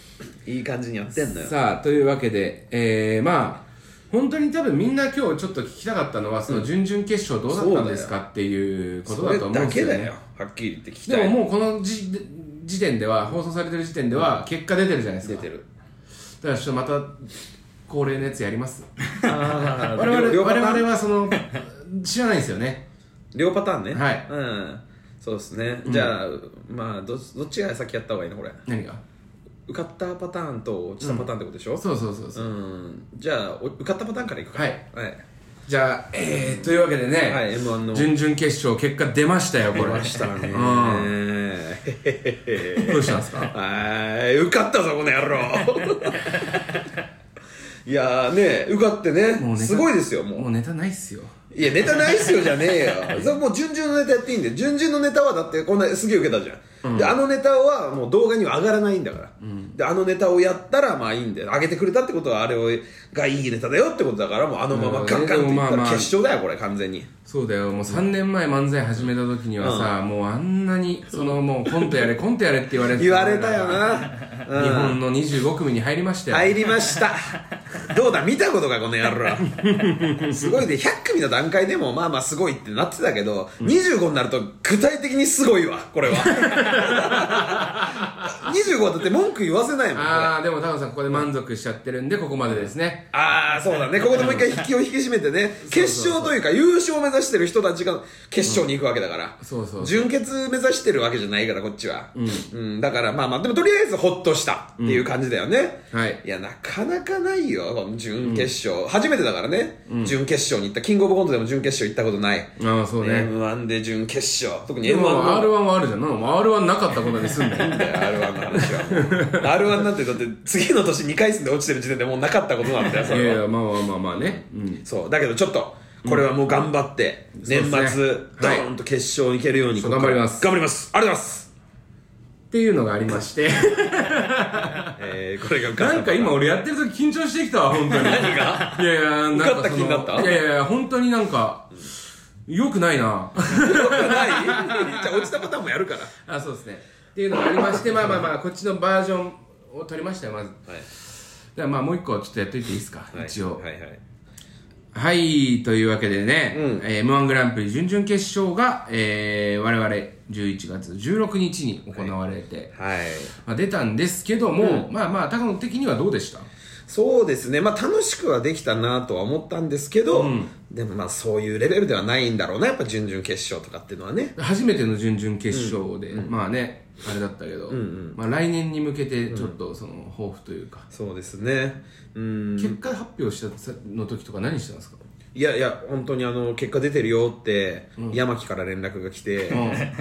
[SPEAKER 1] いい感じにやってんのよ
[SPEAKER 2] さあというわけでえー、まあ本当に多分みんな今日ちょっと聞きたかったのはその準々決勝どうだったんですかっていうこと
[SPEAKER 1] そ
[SPEAKER 2] だ
[SPEAKER 1] れ
[SPEAKER 2] と思うん
[SPEAKER 1] だ
[SPEAKER 2] です
[SPEAKER 1] け
[SPEAKER 2] よ、ね、
[SPEAKER 1] だよはっきり言って聞き
[SPEAKER 2] で
[SPEAKER 1] たい (laughs)
[SPEAKER 2] ももうこの時時点では放送されてる時点では結果出てるじゃないですか
[SPEAKER 1] 出てる
[SPEAKER 2] だからちょっとまた恒例のやつやります
[SPEAKER 1] 我
[SPEAKER 2] 我々
[SPEAKER 1] 両パ
[SPEAKER 2] 我
[SPEAKER 1] ターン
[SPEAKER 2] 々はその (laughs) 知らないんですよね
[SPEAKER 1] 両パターンね
[SPEAKER 2] はい
[SPEAKER 1] うんそうですねじゃあまあどどっちが先やった方がいいのこれ
[SPEAKER 2] 何が
[SPEAKER 1] 受かったパターンと落ちたパターンってことでしょ
[SPEAKER 2] そうそうそうそうう、
[SPEAKER 1] んじゃあお受かったパターンからいくか
[SPEAKER 2] はい
[SPEAKER 1] はい
[SPEAKER 2] じゃあえー、というわけでね、
[SPEAKER 1] はい M1 の
[SPEAKER 2] 準々決勝結果出ましたよこれ
[SPEAKER 1] 出ました (laughs) ね
[SPEAKER 2] うんどうしたんですか
[SPEAKER 1] (laughs) はい、受かったぞ、この
[SPEAKER 2] (laughs)
[SPEAKER 1] 野郎。いやーね、受かってね、
[SPEAKER 2] もうネタ
[SPEAKER 1] すごいですよ、
[SPEAKER 2] も
[SPEAKER 1] も
[SPEAKER 2] う
[SPEAKER 1] う。
[SPEAKER 2] ネタないっすよ
[SPEAKER 1] いや、ネタないっすよじゃね
[SPEAKER 2] (laughs)
[SPEAKER 1] えよ。それもう、順々のネタやっていいんで、順々のネタはだって、こんなすげえ受けたじゃん。で、あのネタはもう動画には上がらないんだから。で、あのネタをやったら、まあいいんで、上げてくれたってことは、あれをがいいネタだよってことだから、もうあのままガンガンっていっ
[SPEAKER 2] まあ
[SPEAKER 1] た
[SPEAKER 2] ま
[SPEAKER 1] ら
[SPEAKER 2] あ
[SPEAKER 1] 決勝だよ、これ、完全に。
[SPEAKER 2] そうだよもう3年前漫才始めた時にはさ、もうあんなにそのもうコントやれコントやれって言われて
[SPEAKER 1] 言われたよ
[SPEAKER 2] (laughs)
[SPEAKER 1] な。うん
[SPEAKER 2] 日本の25組に入りましたよ、
[SPEAKER 1] 入りま
[SPEAKER 2] (laughs)
[SPEAKER 1] したどうだ見たことかこの野郎すごいで100組の段階でもまあまあすごいってなってたけど、25になると具体的にすごいわこ
[SPEAKER 2] (laughs)
[SPEAKER 1] れは25はだって文句言わせないもんこれ
[SPEAKER 2] ああでもタカさんここで満足しちゃってるんでここまでですね
[SPEAKER 1] ああそうだねここでもう一回引きを引き締めてね決勝というか優勝を目指してる人たちが決勝に行くわけだから、
[SPEAKER 2] そうそう
[SPEAKER 1] 純潔目指してるわけじゃないからこっちは、うんだからまあまあでもとりあえずホッとしたっていう感じだよね、
[SPEAKER 2] うんはい
[SPEAKER 1] やなかなかないよこの準決勝、初めてだからね、準決勝に行ったキングオブコントでも準決勝行ったことない、
[SPEAKER 2] ああそうね
[SPEAKER 1] m 1で準決勝特に
[SPEAKER 2] で
[SPEAKER 1] m 1
[SPEAKER 2] も
[SPEAKER 1] の
[SPEAKER 2] R1 はあるじゃんなんか R1 なかったことにすんだよ (laughs)
[SPEAKER 1] R1 の話は R1 なんてだって次の年2回戦で落ちてる時点でもうなかったことなんだよ
[SPEAKER 2] (laughs) い
[SPEAKER 1] それは
[SPEAKER 2] やいやまあまあまあまあね、うん、
[SPEAKER 1] そうだけどちょっとこれはもう頑張って、年末、
[SPEAKER 2] そうですね
[SPEAKER 1] ド
[SPEAKER 2] はい
[SPEAKER 1] ーンと決勝に行けるように
[SPEAKER 2] そう頑張ります
[SPEAKER 1] 頑張りますありがとうございます、
[SPEAKER 2] っていうのがありま (laughs) して
[SPEAKER 1] えー、これが
[SPEAKER 2] なんか今俺やってる時緊張してきたわ、本当に。何がいやいや、なんかそ
[SPEAKER 1] 受か
[SPEAKER 2] の。
[SPEAKER 1] った気になった
[SPEAKER 2] いやいやいや、本当になんか、良くないな。
[SPEAKER 1] よく (laughs) ないじゃあ落ちたパターンもやるから
[SPEAKER 2] (laughs) あ、そうですね。っていうのがありまして、まあまあまあ、こっちのバージョンを取りましたよ、まず。だか
[SPEAKER 1] はい
[SPEAKER 2] らまあもう一個ちょっとやっていていいですか、一応。
[SPEAKER 1] はいはい
[SPEAKER 2] はい、というわけでね、
[SPEAKER 1] うん
[SPEAKER 2] えー M1 グランプリ準々決勝が、えー、我々11月16日に行われて、
[SPEAKER 1] はい
[SPEAKER 2] まあ、出たんですけども、まあまあ、高野的にはどうでした
[SPEAKER 1] そうですねまあ楽しくはできたなとは思ったんですけど、でもまあそういうレベルではないんだろうなやっぱ準々決勝とかっていうのはね
[SPEAKER 2] 初めての準々決勝で、まあねあれだったけど、まあ、来年に向けてちょっとその抱負というか、
[SPEAKER 1] そうですねうん
[SPEAKER 2] 結果発表したの時とか何してたんですか
[SPEAKER 1] いやいや本当にあの結果出てるよって、山木から連絡が来て、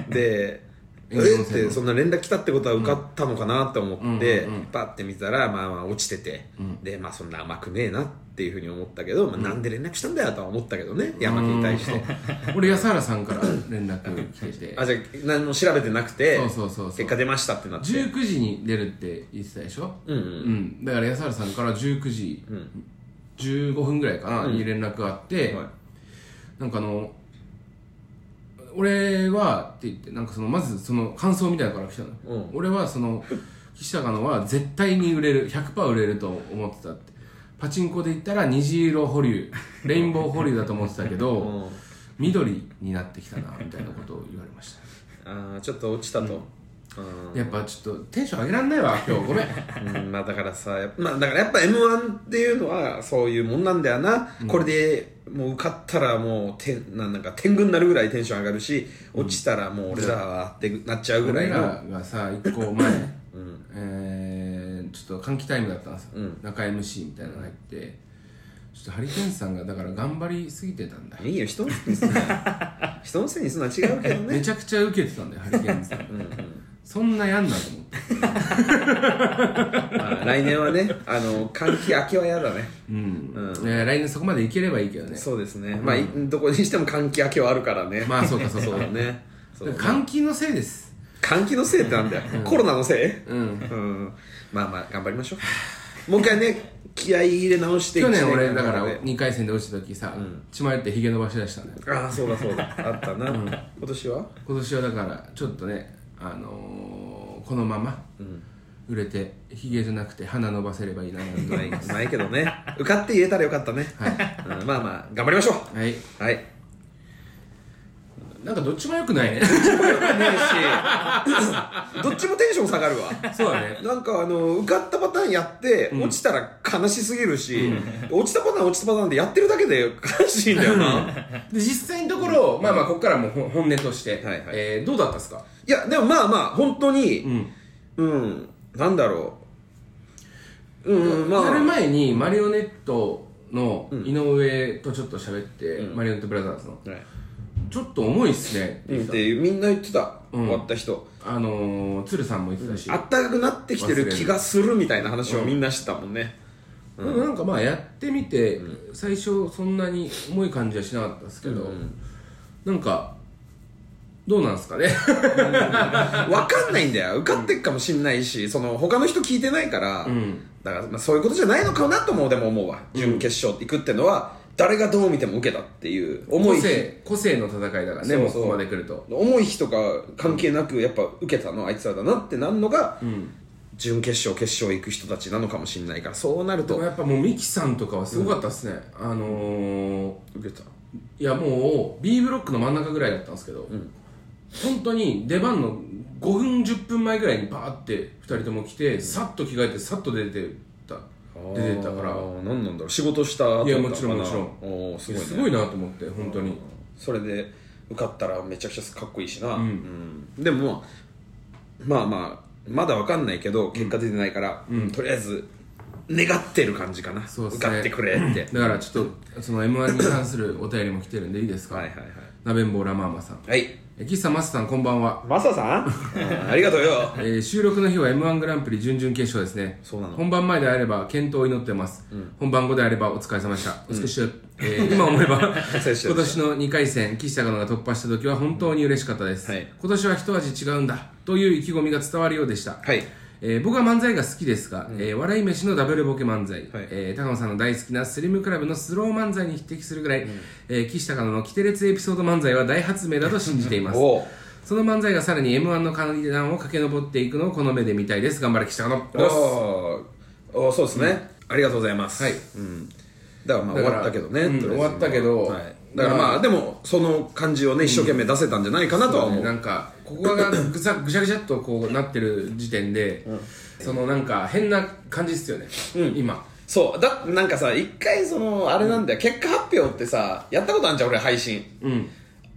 [SPEAKER 1] で
[SPEAKER 2] (laughs) う
[SPEAKER 1] え
[SPEAKER 2] ん
[SPEAKER 1] っってそんな連絡来たってことは受かったのかなと思って、パッて見たらまあまあ落ちてて、でまあそんな甘くねえなっていうふうに思ったけど、まあ、なんで連絡したんだよとは思ったけどね山木に対して
[SPEAKER 2] 俺安原さんから連絡来てて
[SPEAKER 1] あじゃあ何も調べてなくて
[SPEAKER 2] そうそうそうそう
[SPEAKER 1] 結果出ましたってなって
[SPEAKER 2] 19時に出るって言ってたでしょ、うんだから安原さんから19時、15分ぐらいかな、に連絡があって、
[SPEAKER 1] はい
[SPEAKER 2] なんかあの俺はって言ってなんかそのまずその感想みたいなのから来たの、
[SPEAKER 1] うん
[SPEAKER 2] 俺はその岸高野は絶対に売れる100%売れると思ってたってパチンコで言ったら虹色保留レインボー保留だと思ってたけど、
[SPEAKER 1] うん
[SPEAKER 2] 緑になってきたなみたいなことを言われました
[SPEAKER 1] あーちょっと落ちたと、うん
[SPEAKER 2] やっぱちょっとテンション上げらんないわ今日ごめん (laughs)
[SPEAKER 1] うんまあだからさ、やっぱまあだからやっぱ M1 っていうのはそういうもんなんだよな。これで、もう受かったらもう天なんなんか天狗になるぐらいテンション上がるし落ちたらもう俺らはってなっちゃうぐらい
[SPEAKER 2] 俺
[SPEAKER 1] の
[SPEAKER 2] らがさ一個前、えーちょっと換気タイムだったんですよ、中 MC みたいなの入ってちょっとハリケーンさんがだから頑張りすぎてたんだ
[SPEAKER 1] いいよ人のせいにすんな人のせいにすんのは違うけど
[SPEAKER 2] め (laughs)
[SPEAKER 1] ね
[SPEAKER 2] ちゃくちゃ受けてたんだよハリケーンさんそんなやんなと思って
[SPEAKER 1] まあ来年はねあの換気明けは嫌だね
[SPEAKER 2] うん、ね来年そこまでいければいいけどね
[SPEAKER 1] そうですねまあいどこにしても換気明けはあるからね
[SPEAKER 2] まあそうかそうか
[SPEAKER 1] そうだねそう
[SPEAKER 2] 換気のせいです
[SPEAKER 1] 換気のせいってなんだよコロナのせい
[SPEAKER 2] うん
[SPEAKER 1] うんまあまあ頑張りましょうもう一回ね気合い入れ直して
[SPEAKER 2] 去年俺
[SPEAKER 1] 一間
[SPEAKER 2] だか
[SPEAKER 1] な
[SPEAKER 2] ら
[SPEAKER 1] ので
[SPEAKER 2] 2回戦で落ちた時さ、血迷ってヒゲ伸ばし出したんだよ
[SPEAKER 1] ああそうだそうだあったな、今年は
[SPEAKER 2] 今年はだからちょっとねあのーこのまま売れてヒゲじゃなくて鼻伸ばせればいいななんて
[SPEAKER 1] ないないけどね受かって言えたらよかったね、うんまあまあ頑張りましょ
[SPEAKER 2] はいう
[SPEAKER 1] はいね
[SPEAKER 2] なんかどっちも良くないね
[SPEAKER 1] えしどっちもテンション下がるわ
[SPEAKER 2] そうだね
[SPEAKER 1] なんかあの受かったパターンやって、落ちたら悲しすぎるし、落ちたパターン落ちたパターンでやってるだけで悲しいんだよな
[SPEAKER 2] (laughs) で実際のところ、まあまあここからもほ本音として、
[SPEAKER 1] はいはい
[SPEAKER 2] えーどうだったですか
[SPEAKER 1] いやでもまあまあ本当に
[SPEAKER 2] ん
[SPEAKER 1] うん、なんだろううんま
[SPEAKER 2] やる
[SPEAKER 1] あ
[SPEAKER 2] 前にマリオネットの井上とちょっと喋って、マリオネットブラザーズの
[SPEAKER 1] はい
[SPEAKER 2] ちょっと重いっすねって
[SPEAKER 1] う
[SPEAKER 2] 言
[SPEAKER 1] ん
[SPEAKER 2] っ
[SPEAKER 1] ってていうみんな言ってた、
[SPEAKER 2] ん
[SPEAKER 1] 終わった人
[SPEAKER 2] たあのー、鶴さんも言ってたし、
[SPEAKER 1] あったかくなってきてる気がするみたいな話をみんなしてたもんね、
[SPEAKER 2] でもなんかまあやってみて、最初そんなに重い感じはしなかったですけど、なんかどうなんです
[SPEAKER 1] (laughs)
[SPEAKER 2] かね
[SPEAKER 1] わかんないんだよ受かってっかもしんないし、その他の人聞いてないから、
[SPEAKER 2] ん
[SPEAKER 1] だからまあそういうことじゃないのかなともでも思うわ準決勝行くってのは誰がどう見ても受けたっていう
[SPEAKER 2] 個
[SPEAKER 1] 重い日
[SPEAKER 2] 性個性の戦いだから
[SPEAKER 1] そ
[SPEAKER 2] ね
[SPEAKER 1] うそう
[SPEAKER 2] もうここまで来ると
[SPEAKER 1] 重い日とか関係なくやっぱ受けたのあいつらだなってなんのが、準決勝決勝行く人たちなのかもしんないからそうなる
[SPEAKER 2] でも
[SPEAKER 1] と
[SPEAKER 2] やっぱもうミキさんとかはすごかったですね、あのー、
[SPEAKER 1] 受けた
[SPEAKER 2] いやもう B ブロックの真ん中ぐらいだったんですけど、本当に出番の5分10分前ぐらいにバーって2人とも来て、さっと着替えてさっと出てった出てったから
[SPEAKER 1] あー何なんだろう仕事した後
[SPEAKER 2] いや
[SPEAKER 1] だ
[SPEAKER 2] も
[SPEAKER 1] った
[SPEAKER 2] ち
[SPEAKER 1] の
[SPEAKER 2] ろ
[SPEAKER 1] か
[SPEAKER 2] ん
[SPEAKER 1] な
[SPEAKER 2] もちろん
[SPEAKER 1] おーす
[SPEAKER 2] い
[SPEAKER 1] ご
[SPEAKER 2] や
[SPEAKER 1] いね
[SPEAKER 2] すごいなと思って本当に
[SPEAKER 1] それで受かったらめちゃくちゃかっこいいしな、うんでもまあまあまだわかんないけど結果出てないから、とりあえず願ってる感じかな、
[SPEAKER 2] そうです
[SPEAKER 1] 受
[SPEAKER 2] ね
[SPEAKER 1] かってくれって
[SPEAKER 2] だからちょっとその m 1に関するお便りも来てるんでいいですか
[SPEAKER 1] はいはいはい
[SPEAKER 2] なべんぼうラマーマさん
[SPEAKER 1] はい
[SPEAKER 2] え岸さ (laughs) んマスさんこんばんは、
[SPEAKER 1] マサさんうんありがとうよ
[SPEAKER 2] (laughs) えー収録の日は m 1グランプリ準々決勝ですね
[SPEAKER 1] そうなの
[SPEAKER 2] 本番前であれば健闘を祈ってます、本番後であればお疲れ様でした美しい、えー今思えば
[SPEAKER 1] (laughs)
[SPEAKER 2] 今
[SPEAKER 1] れ様でした
[SPEAKER 2] 年の2回戦岸高野が突破した時は本当に嬉しかったです、
[SPEAKER 1] はい
[SPEAKER 2] 今年は一味違うんだという意気込みが伝わるようでした、
[SPEAKER 1] はい
[SPEAKER 2] えー僕は漫才が好きですが、えー笑い飯のダブルボケ漫才、えー高野さんの大好きなスリムクラブのスロー漫才に匹敵するぐらい、えー岸高野のキテレツエピソード漫才は大発明だと信じています
[SPEAKER 1] おう
[SPEAKER 2] その漫才がさらに m 1の階段を駆け上っていくのをこの目で見たいです頑張れ岸高野
[SPEAKER 1] おーおーそうですね、ありがとうございます、
[SPEAKER 2] はい
[SPEAKER 1] うん、だからまあ
[SPEAKER 2] だ
[SPEAKER 1] 終
[SPEAKER 2] から
[SPEAKER 1] わったけどね、
[SPEAKER 2] う
[SPEAKER 1] とりあ
[SPEAKER 2] ん
[SPEAKER 1] えず
[SPEAKER 2] 終わったけど
[SPEAKER 1] はい、だからまあでもその感じをね一生懸命出せたんじゃないかなとは思う、
[SPEAKER 2] なんかここがぐさぐしゃぐしゃっとこうなってる時点で、そのなんか変な感じっすよね、今
[SPEAKER 1] そうだなんかさ一回そのあれなんだよ、結果発表ってさやったことあるじゃん俺配信、
[SPEAKER 2] ん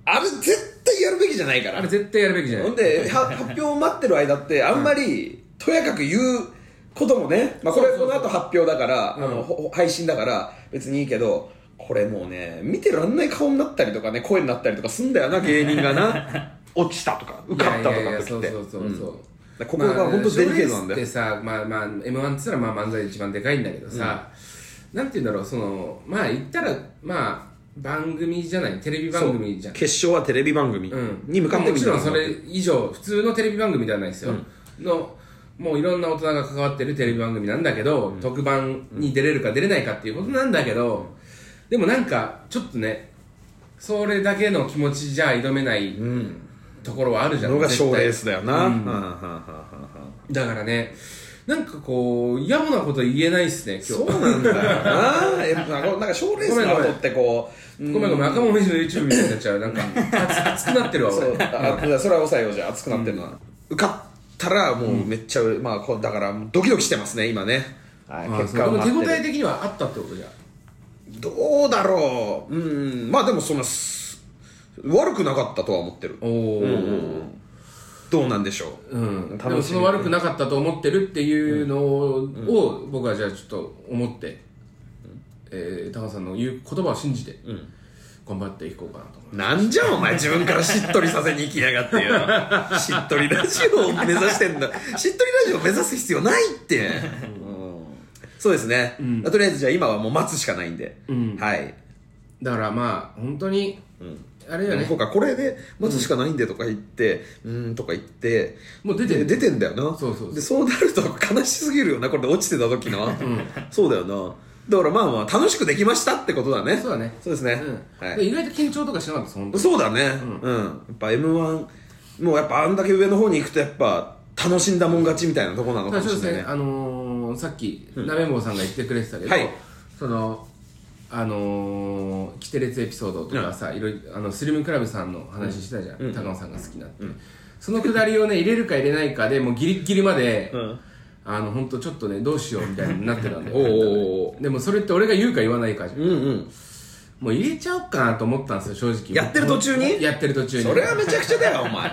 [SPEAKER 1] あれ絶対やるべきじゃないから
[SPEAKER 2] あれ絶対やるべきじゃな
[SPEAKER 1] ほ
[SPEAKER 2] い
[SPEAKER 1] んでは発表を待ってる間ってあんまり、とやかく言うこともね、まあ、これ
[SPEAKER 2] そうそ
[SPEAKER 1] この
[SPEAKER 2] うそう
[SPEAKER 1] 後発表だから、あ
[SPEAKER 2] うん
[SPEAKER 1] のほ配信だから別にいいけどこれもうね見てらんない顔になったりとかね声になったりとかすんだよな芸人がな落ちたとか受かったとか
[SPEAKER 2] いやいやいや
[SPEAKER 1] の時
[SPEAKER 2] そ
[SPEAKER 1] っ
[SPEAKER 2] う
[SPEAKER 1] て
[SPEAKER 2] そうそうそう、
[SPEAKER 1] だからここが本当デリケートなんだ
[SPEAKER 2] 賞レースって
[SPEAKER 1] よ、
[SPEAKER 2] さ、まあまあ、m 1っつったらまあ漫才一番でかいんだけどさ、なんて言うんだろうそのまあ言ったらまあ番組じゃないテレビ番組じゃん
[SPEAKER 1] 決勝はテレビ番組
[SPEAKER 2] うん
[SPEAKER 1] に向かって
[SPEAKER 2] も
[SPEAKER 1] み
[SPEAKER 2] ち
[SPEAKER 1] たい
[SPEAKER 2] ろ
[SPEAKER 1] なん
[SPEAKER 2] それ以上普通のテレビ番組ではないですよ、のもういろんな大人が関わってるテレビ番組なんだけど、特番に出れるか出れないかっていうことなんだけど、でもなんかちょっとねそれだけの気持ちじゃ挑めないところはあるじゃん、
[SPEAKER 1] のが
[SPEAKER 2] 絶対
[SPEAKER 1] 賞レースだよな、うんはあはあはあはあ
[SPEAKER 2] だからねなんかこう野暮なこと言えないっすね今
[SPEAKER 1] そ
[SPEAKER 2] 日
[SPEAKER 1] うなんだよなやっぱなんか賞レースの後ってこう
[SPEAKER 2] ごめんごめん赤もみじの YouTube みたいになっちゃうなんか熱熱くなってる
[SPEAKER 1] (laughs)
[SPEAKER 2] わ
[SPEAKER 1] そ
[SPEAKER 2] 俺
[SPEAKER 1] うあそれは抑えようじゃあ熱くなってるのは、受かったらもうめっちゃ、まあこうだからドキドキしてますね今ね、はい、
[SPEAKER 2] あ
[SPEAKER 1] 結
[SPEAKER 2] そう
[SPEAKER 1] 果
[SPEAKER 2] で
[SPEAKER 1] を待
[SPEAKER 2] も手
[SPEAKER 1] っ
[SPEAKER 2] 応
[SPEAKER 1] て
[SPEAKER 2] え
[SPEAKER 1] る
[SPEAKER 2] 的にはあったってことじゃん
[SPEAKER 1] どうだろううんまあでもそんなす悪くなかったとは思ってる
[SPEAKER 2] おお、
[SPEAKER 1] どうなんでしょう、
[SPEAKER 2] うん、で
[SPEAKER 1] 楽
[SPEAKER 2] も
[SPEAKER 1] し
[SPEAKER 2] そ
[SPEAKER 1] み
[SPEAKER 2] の悪くなかったと思ってるっていうのを僕はじゃあちょっと思って、えー、高野さんの言う言葉を信じて頑張っていこうかなと思
[SPEAKER 1] なんじゃお前自分からしっとりさせに行きやがって (laughs) よしっとりラジオを目指してんだしっとりラジオを目指す必要ないって、うんそうですね、とりあえずじゃあ今はもう待つしかないんで、はい
[SPEAKER 2] だからまあ本当に、あれだよね
[SPEAKER 1] そうかこれで待つしかないんでとか言ってうーんとか言って
[SPEAKER 2] もう出て
[SPEAKER 1] で
[SPEAKER 2] る
[SPEAKER 1] 出てんだよな
[SPEAKER 2] そうそうそう
[SPEAKER 1] でそうなると悲しすぎるよなこれで落ちてた時
[SPEAKER 2] (laughs)
[SPEAKER 1] の、そうだよなだからまあまあ楽しくできましたってことだね
[SPEAKER 2] そうだね
[SPEAKER 1] そうですね、
[SPEAKER 2] うん
[SPEAKER 1] はい
[SPEAKER 2] で意外と緊張とかしなかったです本当に
[SPEAKER 1] そうだね、うんやっぱ m 1もうやっぱあんだけ上の方に行くとやっぱ楽しんだもん勝ちみたいなとこなの
[SPEAKER 2] た
[SPEAKER 1] か
[SPEAKER 2] だ
[SPEAKER 1] も
[SPEAKER 2] そうで
[SPEAKER 1] しれない
[SPEAKER 2] すね
[SPEAKER 1] ね
[SPEAKER 2] あのー、さっきなめぼうさんが言ってくれてたけど、
[SPEAKER 1] はい
[SPEAKER 2] そのあのー、キテレツエピソードとかさ、いろいろあのスリムクラブさんの話してたじゃん、高野さんが好きなって、そのくだりをね入れるか入れないかでもうギリッギリまで、
[SPEAKER 1] ん
[SPEAKER 2] あの本当ちょっとねどうしようみたいになってたんだ
[SPEAKER 1] (laughs)
[SPEAKER 2] よ
[SPEAKER 1] おうおうおう
[SPEAKER 2] でもそれって俺が言うか言わないかじゃん
[SPEAKER 1] うんうん
[SPEAKER 2] もう入れちゃおうかなと思ったんですよ正直
[SPEAKER 1] やってる途中に
[SPEAKER 2] やってる途中に
[SPEAKER 1] それはめちゃくちゃだよお
[SPEAKER 2] (laughs)
[SPEAKER 1] 前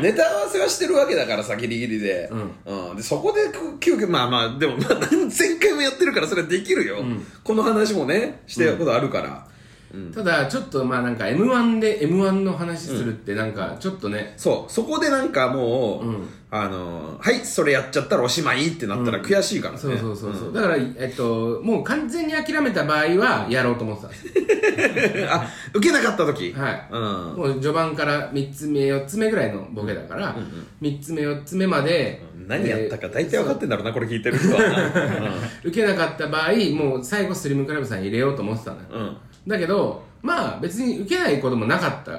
[SPEAKER 1] ネタ合わせはしてるわけだからさギリギリで,、うんでそこでこう急遽まあまあでもまあ何千回もやってるからそれはできるよ、この話もねしてることあるから、
[SPEAKER 2] ただちょっとまあなんか m 1で m 1の話するってなんかちょっとね、
[SPEAKER 1] そうそこでなんかもう、あのーはいそれやっちゃったらおしまいってなったら悔しいからね、
[SPEAKER 2] そうそうそうそう、だからえっともう完全に諦めた場合はやろうと思ってたんですよ
[SPEAKER 1] (laughs) あ受けなかった時
[SPEAKER 2] はい、
[SPEAKER 1] うん
[SPEAKER 2] もう序盤から3つ目4つ目ぐらいのボケだから、三3つ目4つ目まで、
[SPEAKER 1] 何やったか大体分かって
[SPEAKER 2] る
[SPEAKER 1] んだろうな、これ聞いてる人はな、
[SPEAKER 2] (laughs) 受けなかった場合もう最後スリムクラブさん入れようと思ってたのよ、
[SPEAKER 1] うん
[SPEAKER 2] だけどまあ別に受けないこともなかった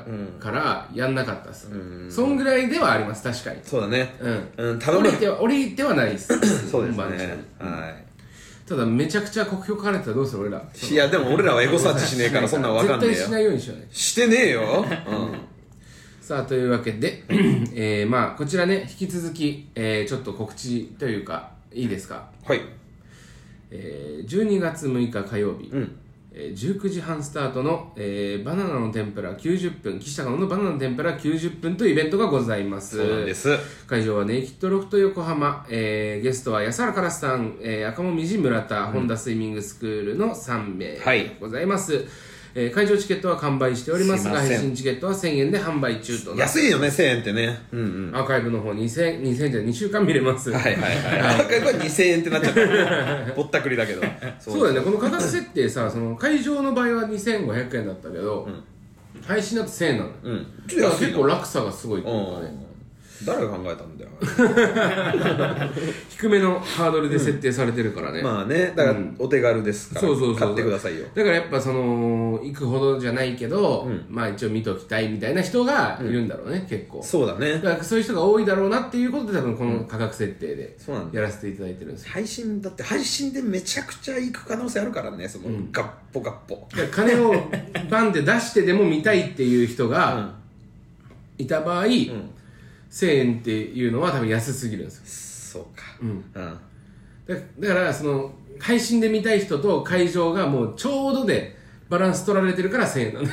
[SPEAKER 2] からやんなかったです、そんぐらいではあります確かに
[SPEAKER 1] そうだね
[SPEAKER 2] うん、
[SPEAKER 1] うん、頼む
[SPEAKER 2] 降りては降りてはないです
[SPEAKER 1] そうです
[SPEAKER 2] 本番中
[SPEAKER 1] ね
[SPEAKER 2] に
[SPEAKER 1] は
[SPEAKER 2] ただめちゃくちゃ国評書かれてたらどうする俺ら
[SPEAKER 1] いいやでも俺らはエゴサーチしねえからそんなん分かんねえ
[SPEAKER 2] 絶対しな
[SPEAKER 1] よ
[SPEAKER 2] いようにしようね
[SPEAKER 1] してねえ
[SPEAKER 2] (laughs)
[SPEAKER 1] よ、う
[SPEAKER 2] さあというわけで、えーまあこちらね引き続き、えーちょっと告知というかいいですか、
[SPEAKER 1] ん、はい
[SPEAKER 2] えー12月6日火曜日、
[SPEAKER 1] ん
[SPEAKER 2] えー19時半スタートの、えーバナナの天ぷら90分岸高野のバナナの天ぷら90分というイベントがございます
[SPEAKER 1] そうなんです
[SPEAKER 2] 会場はネイキッドロフト横浜、えーゲストは安原からすさん、えー赤もみじ村田、ホンダスイミングスクールの3名
[SPEAKER 1] はい
[SPEAKER 2] でございます、えー会場チケットは完売しておりますが
[SPEAKER 1] すいません
[SPEAKER 2] 配信チケットは1000円で販売中とな
[SPEAKER 1] 安いよね1000円ってねうんうん
[SPEAKER 2] アーカイブの方2000 2000じゃ2週間見れます
[SPEAKER 1] はいはいはいアーカイブは2000円ってなっちゃ
[SPEAKER 2] (laughs)
[SPEAKER 1] ったぼったくりだけど
[SPEAKER 2] そうだよねこの価格設定さその会場の場合は2500円だったけど、配信だと1000円なのよ、
[SPEAKER 1] うんち
[SPEAKER 2] だ
[SPEAKER 1] ょ
[SPEAKER 2] か
[SPEAKER 1] っと安
[SPEAKER 2] ら
[SPEAKER 1] い
[SPEAKER 2] 結
[SPEAKER 1] な
[SPEAKER 2] 構落差がすごいというか
[SPEAKER 1] う
[SPEAKER 2] ね、
[SPEAKER 1] ん誰が考えたんだよ
[SPEAKER 2] 低めのハードルで設定されてるからね、
[SPEAKER 1] まあねだからお手軽ですから
[SPEAKER 2] そうそうそう
[SPEAKER 1] 買ってくださいよ
[SPEAKER 2] だからやっぱその行くほどじゃないけど、まあ一応見ときたいみたいな人がいるんだろうね、結構
[SPEAKER 1] そうだね
[SPEAKER 2] だからそういう人が多いだろうなっていうことで多分この価格設定で
[SPEAKER 1] そうなんだ
[SPEAKER 2] やらせていただいてるんですよ、
[SPEAKER 1] 配信だって配信でめちゃくちゃ行く可能性あるからねそのガッポガッポ、
[SPEAKER 2] だから金をバンって出してでも見たいっていう人がいた場合、1000円っていうのは多分安すぎるんですよ
[SPEAKER 1] そうか
[SPEAKER 2] ん
[SPEAKER 1] うん
[SPEAKER 2] だだからその配信で見たい人と会場がもうちょうどでバランス取られてるから1000円なんだ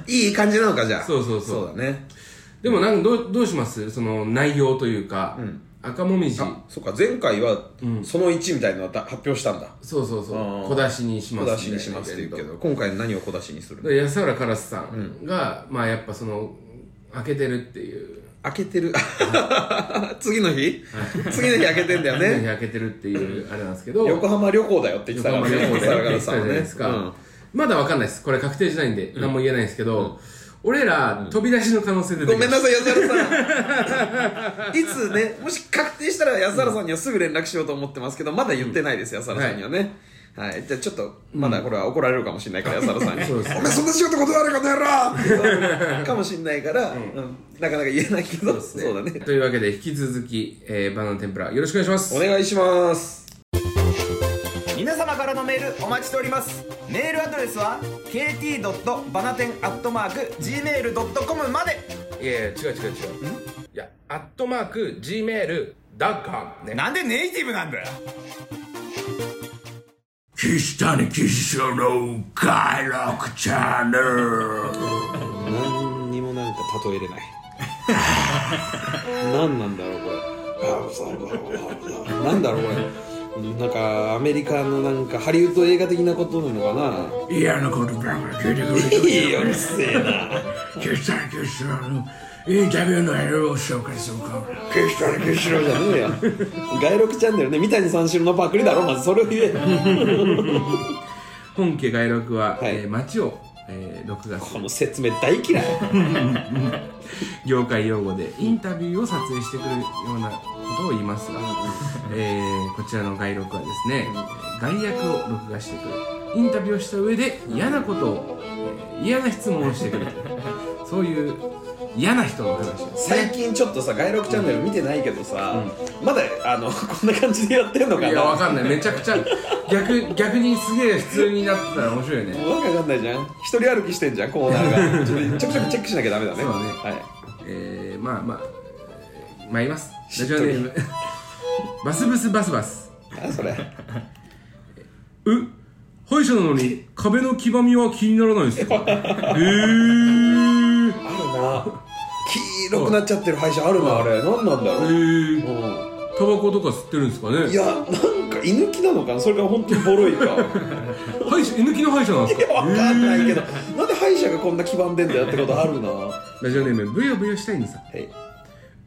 [SPEAKER 2] (laughs)
[SPEAKER 1] いい感じなのかじゃあ
[SPEAKER 2] そうそうそう
[SPEAKER 1] そうだね
[SPEAKER 2] でもなんかどうどうしますその内容というか、赤もみじ
[SPEAKER 1] あそうか前回はその1みたいなのは発表したんだ
[SPEAKER 2] そうそうそ
[SPEAKER 1] あー
[SPEAKER 2] う小出しにしま
[SPEAKER 1] 小
[SPEAKER 2] す
[SPEAKER 1] 出しにしますって言うけど今回何を小出しにするの
[SPEAKER 2] で安原からすさんが、まあやっぱその開けてるっていう
[SPEAKER 1] 開けてる (laughs) 次の日次の日開けてんだよ
[SPEAKER 2] (laughs)
[SPEAKER 1] ね
[SPEAKER 2] 開けてるっていうあれなんですけど
[SPEAKER 1] 横浜旅行だよって言ってたからね
[SPEAKER 2] 横浜旅行で
[SPEAKER 1] 相良
[SPEAKER 2] やってき
[SPEAKER 1] さ
[SPEAKER 2] たじ
[SPEAKER 1] ん
[SPEAKER 2] ゃ
[SPEAKER 1] は
[SPEAKER 2] ない
[SPEAKER 1] ね
[SPEAKER 2] ですか、
[SPEAKER 1] うん
[SPEAKER 2] まだわかんないですこれ確定じゃないんで何も言えないんですけど、俺ら飛び出しの可能性出て
[SPEAKER 1] ご
[SPEAKER 2] きま
[SPEAKER 1] め
[SPEAKER 2] す
[SPEAKER 1] んなさい安原さ (laughs) んいつねもし確定したら安原さんにはすぐ連絡しようと思ってますけどまだ言ってないです安原さんにはね、はいじゃあちょっとまだこれは怒られるかもしれないから安原さんに「
[SPEAKER 2] そうです
[SPEAKER 1] お前そんな仕事断るかのやろ!」って言われるかもしれないから、うんなかなか言えないけどそう,、だね
[SPEAKER 2] というわけで引き続き、えーバナナ天ぷらよろしくお願いします
[SPEAKER 1] お願いします
[SPEAKER 3] 皆様からのメールお待ちしておりますメールアドレスは kt. バナテンアットマーク gmail.com まで
[SPEAKER 2] いやいや違う違う違ういやアットマーク Gmail だかね
[SPEAKER 3] なんでネイティブなんだよ
[SPEAKER 4] 岸谷岸所の快楽チャンネル
[SPEAKER 1] 何にもなんか例え (laughs) れない何なんだろうこれ何だろうこれなんかアメリカのなんかハリウッド映画的なことなのかな
[SPEAKER 4] 嫌なことばっかり聞いてくれてる
[SPEAKER 1] いいようるせえ (laughs) な
[SPEAKER 4] 岸谷岸所のインタビューの色を紹介するから
[SPEAKER 1] 岸谷岸四郎じゃねえよ外録チャンネルね三谷三四郎のパクリだろまずそれを言え
[SPEAKER 2] 本家外録は、
[SPEAKER 1] はい
[SPEAKER 2] えー街を、えー録画す
[SPEAKER 1] こ
[SPEAKER 2] る
[SPEAKER 1] の説明大嫌い
[SPEAKER 2] 業界用語でインタビューを撮影してくるようなことを言いますが、えーこちらの外録はですね、外役を録画してくるインタビューをした上で嫌なことを、えー嫌な質問をして
[SPEAKER 1] (laughs)
[SPEAKER 2] くるというそういう嫌な人の話です
[SPEAKER 1] 最近ちょっとさ外録チャンネル見てないけどさ、まだあのこんな感じでやってんのかない
[SPEAKER 2] やわ
[SPEAKER 1] わ
[SPEAKER 2] かんないめちゃくちゃ逆逆にすげえ普通になってたら面白いよね、
[SPEAKER 1] けわかんないじゃん一人歩きしてんじゃんコーナーがちょっとちょくちょくチェックしなきゃダメだね
[SPEAKER 2] そうね
[SPEAKER 1] はい
[SPEAKER 2] えー、まあまあえー参りますラジオネームバスブスバスバス
[SPEAKER 1] 何それ
[SPEAKER 2] え歯医者なのに壁の黄ばみは気にならないん
[SPEAKER 1] (laughs)
[SPEAKER 2] ですかえー、
[SPEAKER 1] あるな黄色くなっちゃってる歯医者あるなあれ何なんだ
[SPEAKER 2] え
[SPEAKER 1] ろう、
[SPEAKER 2] ー、
[SPEAKER 1] う
[SPEAKER 2] タバコとか吸ってるんですかね
[SPEAKER 1] んいやなんか居抜きなのかなそれから本当にボロい (laughs) か
[SPEAKER 2] 歯医者犬きの歯医者なんですか
[SPEAKER 1] わかんないけどなんで歯医者がこんな黄ばんでんだよってことあるなは
[SPEAKER 2] ラジオネームブヨブヨしたいんです
[SPEAKER 1] い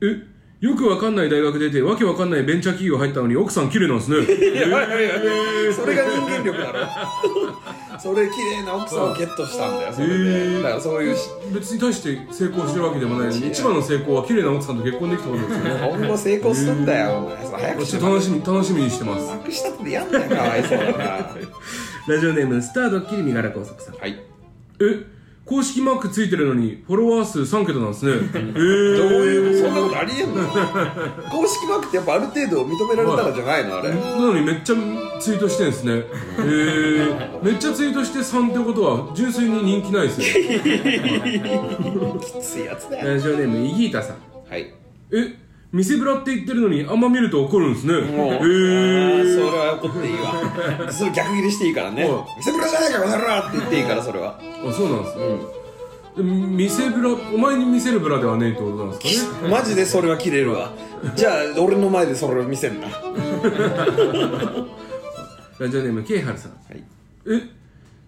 [SPEAKER 2] えよくわかんない大学出てわけわかんないベンチャー企業入ったのに奥さん綺麗なんですね (laughs)
[SPEAKER 1] いやいやいやそれが人間力だろ (laughs) それ綺麗な奥さんをゲットしたんだよそれ
[SPEAKER 2] へ
[SPEAKER 1] で
[SPEAKER 2] え
[SPEAKER 1] だからそういうし
[SPEAKER 2] 別に対して成功してるわけでもないのに一番の成功は綺麗な奥さんと結婚できたことです (laughs) よね
[SPEAKER 1] 今後成功すんだよお前そう早く
[SPEAKER 2] 私
[SPEAKER 1] し
[SPEAKER 2] 楽しみ楽しみにしてます
[SPEAKER 1] 楽したってやんだよかわいそうだな
[SPEAKER 2] ラジオネームスタードッキリ身柄拘束さん
[SPEAKER 1] はい
[SPEAKER 2] え公式マークついてるのにフォロワー数3桁なんですねえ
[SPEAKER 1] どう
[SPEAKER 2] ー
[SPEAKER 1] いうそんなことありえんの公式マークってやっぱある程度認められたらじゃないのあれ
[SPEAKER 2] なのにめっちゃツイートしてんですねへえー、めっちゃツイートして3ってことは純粋に人気ないですね
[SPEAKER 1] きついやつだよ
[SPEAKER 2] ラジオネームイギータさん
[SPEAKER 1] はい
[SPEAKER 2] え見せぶらって言ってるのにあんま見ると怒るんですねへえ
[SPEAKER 1] もう、あー
[SPEAKER 2] ー、
[SPEAKER 1] それは怒っていいわそれ逆切りしていいからね
[SPEAKER 2] お
[SPEAKER 1] 見せぶらじゃないかこの野郎って言っていいからそれは
[SPEAKER 2] あそうなんですね、で見せぶらお前に見せるぶらではねえってことなんですかね
[SPEAKER 1] マジでそれは切れるわじゃあ俺の前でそれを見せるな
[SPEAKER 2] ラジオネームケイハルさん、
[SPEAKER 1] い
[SPEAKER 2] え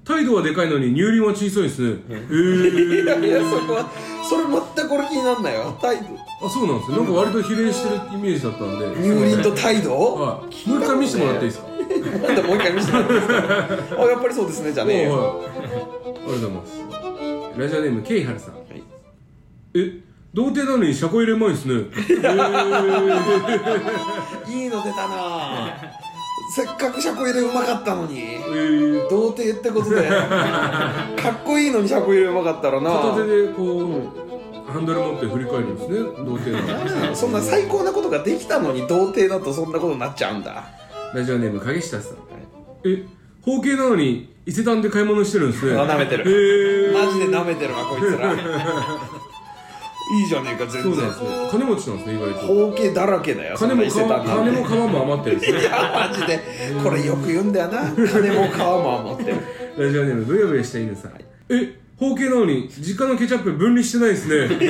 [SPEAKER 2] 態度はでかいのに乳輪は小さいですねえ
[SPEAKER 1] い
[SPEAKER 2] ー、
[SPEAKER 1] やいやそこはそれ全く俺気になんないよ態度
[SPEAKER 2] あそうなんですねなんか割と比例してるイメージだったんで
[SPEAKER 1] 入輪と態度
[SPEAKER 2] はい、もう一回見せてもらっていいですか
[SPEAKER 1] すかなんだもう一回見せてもらっていい
[SPEAKER 2] (laughs)
[SPEAKER 1] ですかあやっぱりそうですねじゃねえよ
[SPEAKER 2] はいありがとうございますラジオネームケイハルさん、
[SPEAKER 1] い
[SPEAKER 2] え童貞なのに車庫入れうまいですねえー
[SPEAKER 1] いいの出たなぁせっかく車庫入れうまかったのに
[SPEAKER 2] えー
[SPEAKER 1] 童貞ってこと
[SPEAKER 2] (laughs)
[SPEAKER 1] でかっこいいのに車庫入れうまかったらな
[SPEAKER 2] 片手でこう、ハンドル持って振り返るんですね童貞なのに
[SPEAKER 1] そんな最高なことができたのに童貞だとそんなことになっちゃうんだ
[SPEAKER 2] ラジオネーム影下さん、え包茎なのに伊勢丹で買い物してるんですね
[SPEAKER 1] あ舐めて
[SPEAKER 2] る
[SPEAKER 1] マジで舐めてるわこい
[SPEAKER 2] (laughs)
[SPEAKER 1] つらいいじゃねえか全
[SPEAKER 2] そうなん
[SPEAKER 1] 然
[SPEAKER 2] ですね金持ちなんですね意外と
[SPEAKER 1] 包茎だらけだよ
[SPEAKER 2] 金も
[SPEAKER 1] そんな伊勢丹
[SPEAKER 2] 川
[SPEAKER 1] なんて
[SPEAKER 2] 金も川も余ってるんですね
[SPEAKER 1] いやマジでこれよく言うんだよな金も川も余って (laughs) る
[SPEAKER 2] ラジオネームブヨブヨした犬さん、え包茎なのに実家のケチャップ分離してないですねえ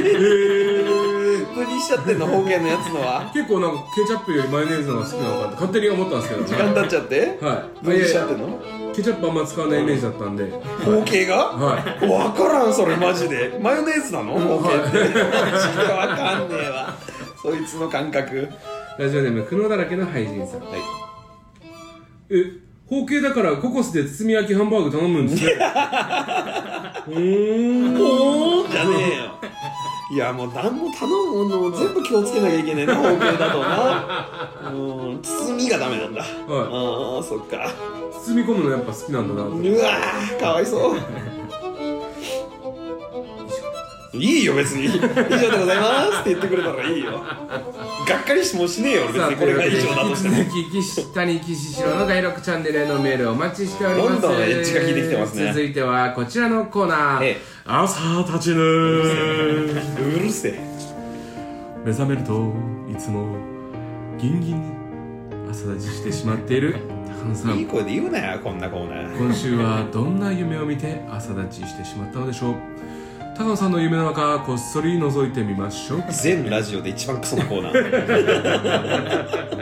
[SPEAKER 2] ー
[SPEAKER 1] 無理しちゃってんの包茎のやつのは
[SPEAKER 2] 結構なんかケチャップよりマヨネーズの方が好きなのかって勝手に思ったんですけど
[SPEAKER 1] 時間経っちゃって
[SPEAKER 2] はい
[SPEAKER 1] 無理しちゃって
[SPEAKER 2] いや
[SPEAKER 1] んの
[SPEAKER 2] いやケチャップあんま使わないイメージだったんで
[SPEAKER 1] 包茎が
[SPEAKER 2] は
[SPEAKER 1] わからんそれマジでマヨネーズなの包茎ってマジでわかんねえわそいつの感覚
[SPEAKER 2] いラジオネームくのだらけの俳人さん
[SPEAKER 1] はい
[SPEAKER 2] え包茎だからココスで包み焼きハンバーグ頼むんですね
[SPEAKER 1] (laughs)
[SPEAKER 2] うーん
[SPEAKER 1] おーんじゃねえよいやもう何も頼むもの全部気をつけなきゃいけないな包茎だとなうん包みがダメなんだ、ああそっか
[SPEAKER 2] 包み込むのやっぱ好きなんだなと
[SPEAKER 1] うわーかわいそういいよ別に以上でございますって言ってくれたらいいよがっかりしもしねえよ俺別
[SPEAKER 2] さあ
[SPEAKER 1] にこれが以上だとしても
[SPEAKER 2] 岸谷岸城の第6チャンネルへのメールをお待ちしております
[SPEAKER 1] どんどんエッジが効いてきてますね
[SPEAKER 2] 続いてはこちらのコーナー、
[SPEAKER 1] ええ
[SPEAKER 2] 朝たちぬ
[SPEAKER 1] うるせえ
[SPEAKER 2] 目覚めるといつもギンギンに朝立ちしてしまっているハン
[SPEAKER 1] (laughs)
[SPEAKER 2] さ
[SPEAKER 1] いい
[SPEAKER 2] ん
[SPEAKER 1] 声で言うなよこんなコーナー
[SPEAKER 2] 今週はどんな夢を見て朝立ちしてしまったのでしょう高野さんの夢の中こっそり覗いてみましょう
[SPEAKER 1] 全ラジオで一番クソなコーナー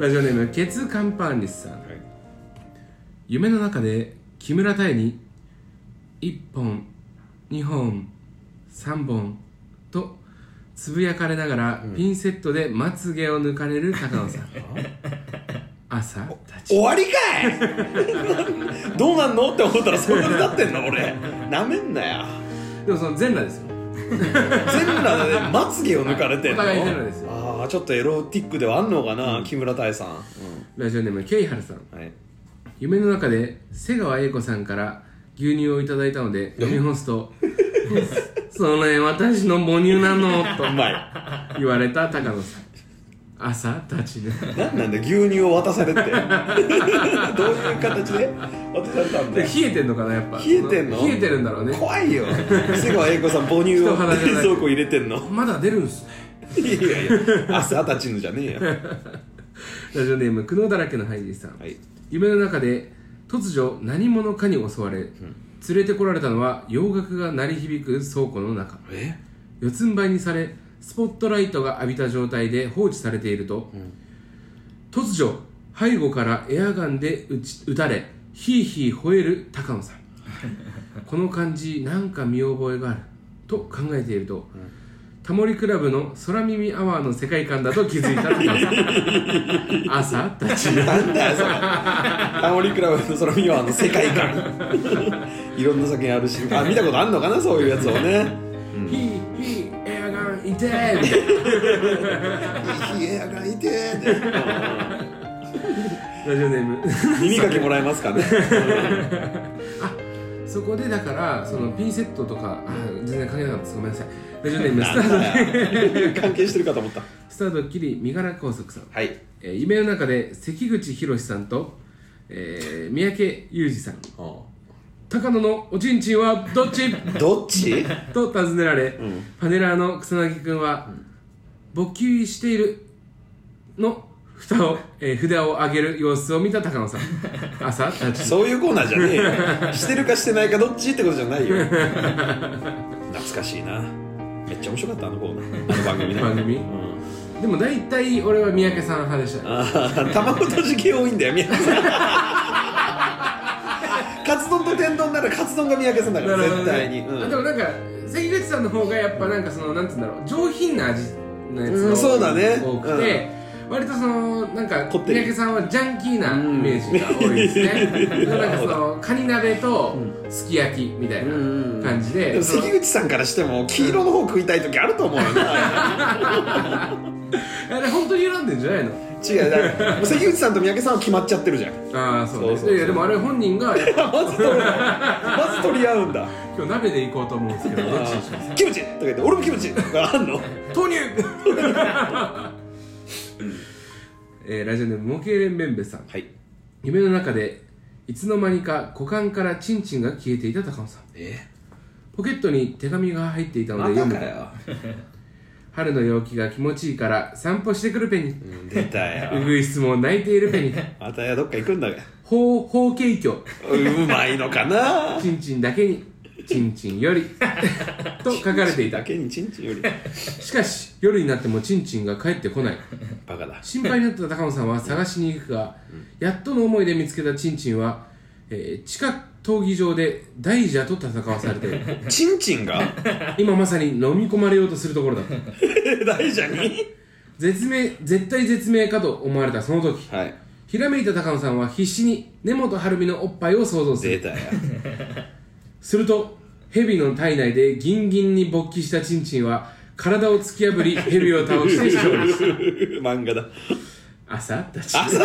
[SPEAKER 2] ラジオネームケツカンパーニスさん、夢の中で木村多江に1本2本3本とつぶやかれながらピンセットでまつげを抜かれる高野さん、 (laughs) 朝立ち
[SPEAKER 1] 終わりかい (laughs) どうなんのって思ったらそんなになってんの俺なめんなよ
[SPEAKER 2] でもその全裸ですよ
[SPEAKER 1] 全裸でまつげを抜かれてんの
[SPEAKER 2] お互い全裸ですよ
[SPEAKER 1] ああちょっとエロティックではあんのかな、木村多江さん、
[SPEAKER 2] ラジオネームケイハルさん
[SPEAKER 1] はい、
[SPEAKER 2] 夢の中で瀬川栄子さんから牛乳をいただいたので飲み干す (laughs) と「それ私の母乳なの」と
[SPEAKER 1] うまい
[SPEAKER 2] 言われた高野さん朝立ちで
[SPEAKER 1] なんなんだ牛乳を渡されて (laughs) どういう形で渡されたんだよ
[SPEAKER 2] で冷えてんのかなやっぱ
[SPEAKER 1] 冷えてんの
[SPEAKER 2] 冷えてるんだろうね
[SPEAKER 1] 怖いよ瀬川栄子さん母乳を
[SPEAKER 2] 人肌じゃな
[SPEAKER 1] 冷
[SPEAKER 2] い
[SPEAKER 1] 蔵庫入れてんの
[SPEAKER 2] まだ出るんすね
[SPEAKER 1] いやいや朝立ちぬじゃねえよ
[SPEAKER 2] ラジオネーム苦悩だらけのハイジーさん、
[SPEAKER 1] はい
[SPEAKER 2] 夢の中で突如何者かに襲われ、連れてこられたのは洋楽が鳴り響く倉庫の中
[SPEAKER 1] え
[SPEAKER 2] 四つん這いにされスポットライトが浴びた状態で放置されていると、突如背後からエアガンで撃ち撃たれヒーヒー吠える高野さ
[SPEAKER 1] (laughs)
[SPEAKER 2] んこの感じなんか見覚えがあると考えていると、タモリクラブの空耳アワーの世界観だと気づいた高野さ
[SPEAKER 1] (laughs)
[SPEAKER 2] ん朝立ち
[SPEAKER 1] なんだ (laughs) よそれタモリクラブのそのミワの世界観いろんな作品あるしあ見たことあんのかなそういうやつをね
[SPEAKER 2] ヒーヒーエアガンいてーみたいな
[SPEAKER 1] 冷えやがいてーって
[SPEAKER 2] ラジオネーム (laughs)
[SPEAKER 1] 耳かきもらえますかね
[SPEAKER 2] そこでだからそのピンセットとか、あ全然関係なかったですごめんなさいラジオネームス
[SPEAKER 1] な
[SPEAKER 2] ター
[SPEAKER 1] ん
[SPEAKER 2] ト
[SPEAKER 1] だよ関係してるかと思った
[SPEAKER 2] スタードッキリ身柄拘束さん、
[SPEAKER 1] はい
[SPEAKER 2] えー夢の中で関口宏さんと、えー三宅裕二さん高野のおちんちんはど
[SPEAKER 1] (laughs)
[SPEAKER 2] っち
[SPEAKER 1] どっち
[SPEAKER 2] と尋ねられ、パネラーの草薙君は、勃起しているの蓋を、えー札を上げる様子を見た高
[SPEAKER 1] (laughs)
[SPEAKER 2] 野さん朝立ち
[SPEAKER 1] そういうコーナーじゃねえよしてるかしてないかどっちってことじゃないよ懐かしいなめっちゃ面白かったあのコーナーあの番組ね
[SPEAKER 2] 番組
[SPEAKER 1] うん
[SPEAKER 2] でも大体俺は三宅さん派でしたね
[SPEAKER 1] ああ (laughs) 卵とじ系多いんだよ宮
[SPEAKER 2] (laughs)
[SPEAKER 1] 家さんカツ丼と天丼ならカツ丼が三宅さんだから絶対に、うん
[SPEAKER 2] あでもなんか関口さんの方がやっぱなんかそのなんつうんだろう上品な味のやつが
[SPEAKER 1] うんそうだね
[SPEAKER 2] 多くて、割とそのなんか
[SPEAKER 1] こ
[SPEAKER 2] 三
[SPEAKER 1] ってり
[SPEAKER 2] 宅さんはジャンキーなイメージが多いですね、
[SPEAKER 1] (laughs) うん
[SPEAKER 2] なんかそのカニ鍋とすき焼きみたいな感じで,、
[SPEAKER 1] でも
[SPEAKER 2] その
[SPEAKER 1] 関口さんからしても黄色の方食いたい時あると思うよね
[SPEAKER 2] あれ本当に選んでんじゃないの
[SPEAKER 1] 違うだからもう関口さんと三宅さんは決まっちゃってる
[SPEAKER 2] (laughs)
[SPEAKER 1] じゃん
[SPEAKER 2] ああそう,、ね、
[SPEAKER 1] そうそうそう
[SPEAKER 2] いやいやでもあれ本人がやっぱ
[SPEAKER 1] まず取るまず取り合うんだ
[SPEAKER 2] 今日鍋で行こうと思うんですけどどっちにします
[SPEAKER 1] キムチとか言って俺もキムチとかあんの
[SPEAKER 2] 豆乳 (laughs) えーラジオネーム模型連弁べさん
[SPEAKER 1] はい
[SPEAKER 2] 夢の中でいつの間にか股間からチンチンが消えていた高野さん
[SPEAKER 1] え
[SPEAKER 2] ポケットに手紙が入っていたの
[SPEAKER 1] ま
[SPEAKER 2] で
[SPEAKER 1] た
[SPEAKER 2] 読
[SPEAKER 1] か
[SPEAKER 2] む
[SPEAKER 1] よ
[SPEAKER 2] 春の陽気が気持ちいいから散歩してくるペニ
[SPEAKER 1] 出た
[SPEAKER 2] う
[SPEAKER 1] よ
[SPEAKER 2] ぐいすも泣いているペニ
[SPEAKER 1] またやどっか行く
[SPEAKER 2] (laughs)
[SPEAKER 1] んだが
[SPEAKER 2] ほうほうけいきょ
[SPEAKER 1] うまいのかな
[SPEAKER 2] チンチンだけにチンチンよりと書かれていた
[SPEAKER 1] だけにチンチンより
[SPEAKER 2] しかし夜になってもチンチンが帰ってこない
[SPEAKER 1] バカだ
[SPEAKER 2] 心配になった高野さんは探しに行くが、やっとの思いで見つけたチンチンは、えー地下闘技場で大蛇と戦わされている
[SPEAKER 1] チンチンが
[SPEAKER 2] 今まさに飲み込まれようとするところだった
[SPEAKER 1] 大蛇に
[SPEAKER 2] 絶命絶対絶命かと思われたその時
[SPEAKER 1] はい
[SPEAKER 2] ひらめいた高野さんは必死に根本晴美のおっぱいを想像す
[SPEAKER 1] 出
[SPEAKER 2] る
[SPEAKER 1] たよ
[SPEAKER 2] すると蛇の体内でギンギンに勃起したチンチンは体を突き破り蛇を倒して勝
[SPEAKER 1] (laughs)
[SPEAKER 2] 利した
[SPEAKER 1] 漫画だ
[SPEAKER 2] 朝たち
[SPEAKER 1] 朝立ちじゃ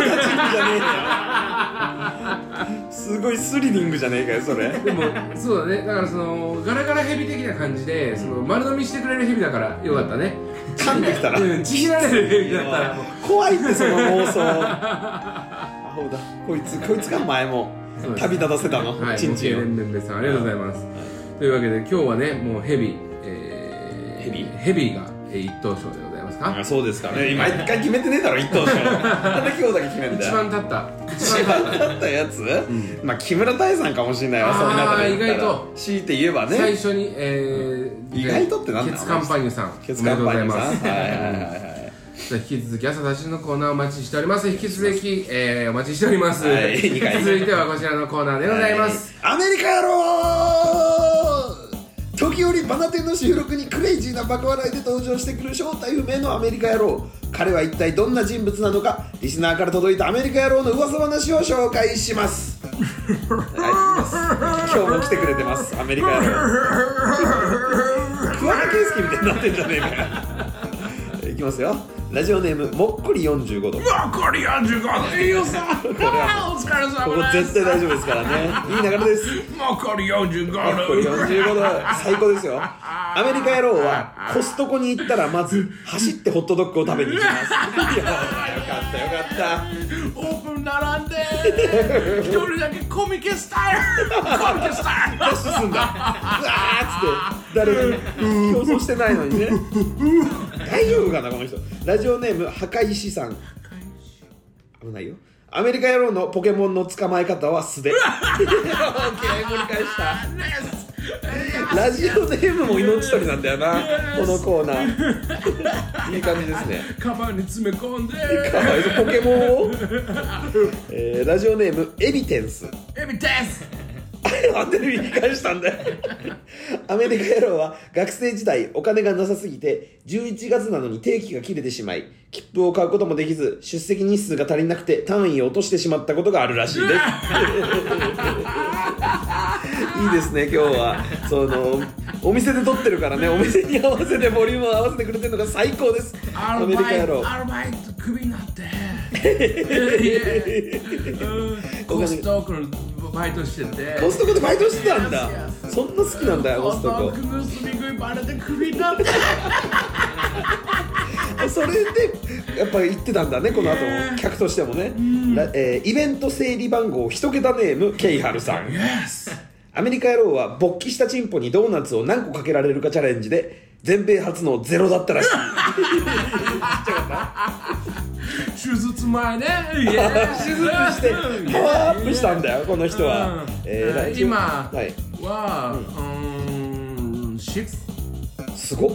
[SPEAKER 1] ねえよすごいスリリングじゃねえかよそれ
[SPEAKER 2] でもそうだねだからそのガラガラ蛇的な感じでその丸飲みしてくれる蛇だからよかったね
[SPEAKER 1] 噛んできたら
[SPEAKER 2] うんちぎられる蛇だったら
[SPEAKER 1] 怖いってその妄想アホだこいつこいつが前も
[SPEAKER 2] そうです
[SPEAKER 1] 旅立たせたの、
[SPEAKER 2] はい、
[SPEAKER 1] チンチ
[SPEAKER 2] ごきげん
[SPEAKER 1] ンを
[SPEAKER 2] れんべんべんさんありがとうございます。というわけで今日はねもうヘビ、えー、
[SPEAKER 1] ヘビ
[SPEAKER 2] ヘビがえー一等賞でございます。か
[SPEAKER 1] あそうですかね今一回決めてねえだろ一等賞なんで今日だけ決めんだ
[SPEAKER 2] 一
[SPEAKER 1] よ
[SPEAKER 2] 番立った
[SPEAKER 1] 一番だったやつ、まあ木村多江さんかもしれないわそんなこと言ったら
[SPEAKER 2] あー意外と
[SPEAKER 1] 強いて言えばね
[SPEAKER 2] 最初に、えー、
[SPEAKER 1] 意外とってなんだ
[SPEAKER 2] ケツカンパニュさん
[SPEAKER 1] ケツカンパニュさん
[SPEAKER 2] おめで
[SPEAKER 1] は
[SPEAKER 2] とうござ
[SPEAKER 1] いはいい
[SPEAKER 2] ます
[SPEAKER 1] はい
[SPEAKER 2] じゃあ引き続き朝立ちのコーナーお待ちしております引き続き、えー、お待ちしております、
[SPEAKER 1] はい
[SPEAKER 2] 引き
[SPEAKER 1] 二回
[SPEAKER 2] (laughs) 続いてはこちらのコーナーでございます、
[SPEAKER 1] はい、アメリカ野郎時折バナテンの収録にクレイジーなバカ笑いで登場してくる正体不明のアメリカ野郎彼は一体どんな人物なのかリスナーから届いたアメリカ野郎の噂話を紹介しますはい行きます今日も来てくれてますアメリカ野郎桑田佳祐みたいになってんじゃねえかよいきますよラジオネームもっこり45度
[SPEAKER 4] 残り45っていうさお疲れ
[SPEAKER 1] こ
[SPEAKER 4] 様
[SPEAKER 1] こ
[SPEAKER 4] で
[SPEAKER 1] 絶
[SPEAKER 4] す
[SPEAKER 1] 対大丈夫ですからねいい流れです
[SPEAKER 4] 残り45
[SPEAKER 1] これ45度 (laughs) 最高ですよアメリカ野郎はコストコに行ったらまず走ってホットドッグを食べに行き (laughs) ますいやよかったよかった
[SPEAKER 4] オープン並んで一人だけコミケスタイルコミケスタイル
[SPEAKER 1] ダッシュすんだうわーっつって誰かに競争してないのにね大丈夫かなこの人ラジオネーム破壊師さん危ないよアメリカ野郎のポケモンの捕まえ方は素手オッケー繰り返したラジオネームも命取りなんだよなこのコーナーいい感じですね
[SPEAKER 2] カバンに詰め込んで
[SPEAKER 1] (laughs) かわいそうポケモンを、えーラジオネームエビテンス
[SPEAKER 4] エビテス
[SPEAKER 1] なんで言い返したんだよアメリカ野郎は学生時代お金がなさすぎて11月なのに定期が切れてしまい切符を買うこともできず出席日数が足りなくて単位を落としてしまったことがあるらし (laughs) いですいいですね今日はそのお店で撮ってるからねお店に合わせてボリュームを合わせてくれてるのが最高です
[SPEAKER 4] ア
[SPEAKER 1] ア
[SPEAKER 4] ル
[SPEAKER 1] メリ
[SPEAKER 4] バ
[SPEAKER 1] カ
[SPEAKER 4] イ
[SPEAKER 1] 野郎
[SPEAKER 4] トアルバイトクビになっていえうんコストコのバイトしてて
[SPEAKER 1] コストコでバイトしてたんだそんな好きなんだよコ
[SPEAKER 4] コ
[SPEAKER 1] ス
[SPEAKER 4] ス
[SPEAKER 1] トコ
[SPEAKER 4] トコの住み食いバレてクビになって
[SPEAKER 1] (laughs) それでやっぱり行ってたんだねこの後も客としてもね、らえーイベント整理番号一桁ネームケイハルさん
[SPEAKER 4] Yes
[SPEAKER 1] アメリカ野郎は勃起したチンポにドーナツを何個かけられるかチャレンジで全米初のゼロだったらしい
[SPEAKER 4] 手術前ね Yes
[SPEAKER 1] 手術してパワーアップしたんだよこの人は、えーラジオ
[SPEAKER 4] 今
[SPEAKER 1] はい
[SPEAKER 4] はうん6
[SPEAKER 1] すごっ、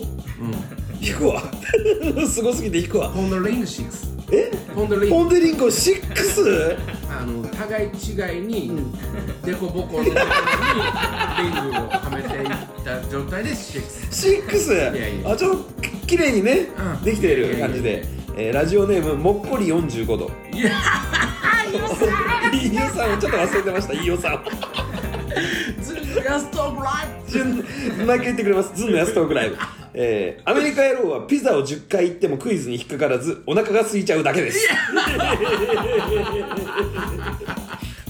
[SPEAKER 1] 引くわ (laughs) すごすぎて引くわ
[SPEAKER 2] ポンドリング6
[SPEAKER 1] え
[SPEAKER 2] ポンドリング
[SPEAKER 1] ポンデリンコ
[SPEAKER 2] (laughs)
[SPEAKER 1] 6?
[SPEAKER 2] あの互い違いにデコボコのところにリングをはめていった状態で6
[SPEAKER 1] シックス
[SPEAKER 2] やいや
[SPEAKER 1] あちょっと綺麗にね、
[SPEAKER 2] うん
[SPEAKER 1] できてる感じで、えーラジオネームもっこり45度
[SPEAKER 4] いや
[SPEAKER 1] 飯尾さんをちょっと忘れてました飯尾さん
[SPEAKER 4] Yes Talk Live
[SPEAKER 1] 順毎回言ってくれますズンのやすトークライブえー、アメリカ野郎はピザを10回行ってもクイズに引っかからずお腹が空いちゃうだけです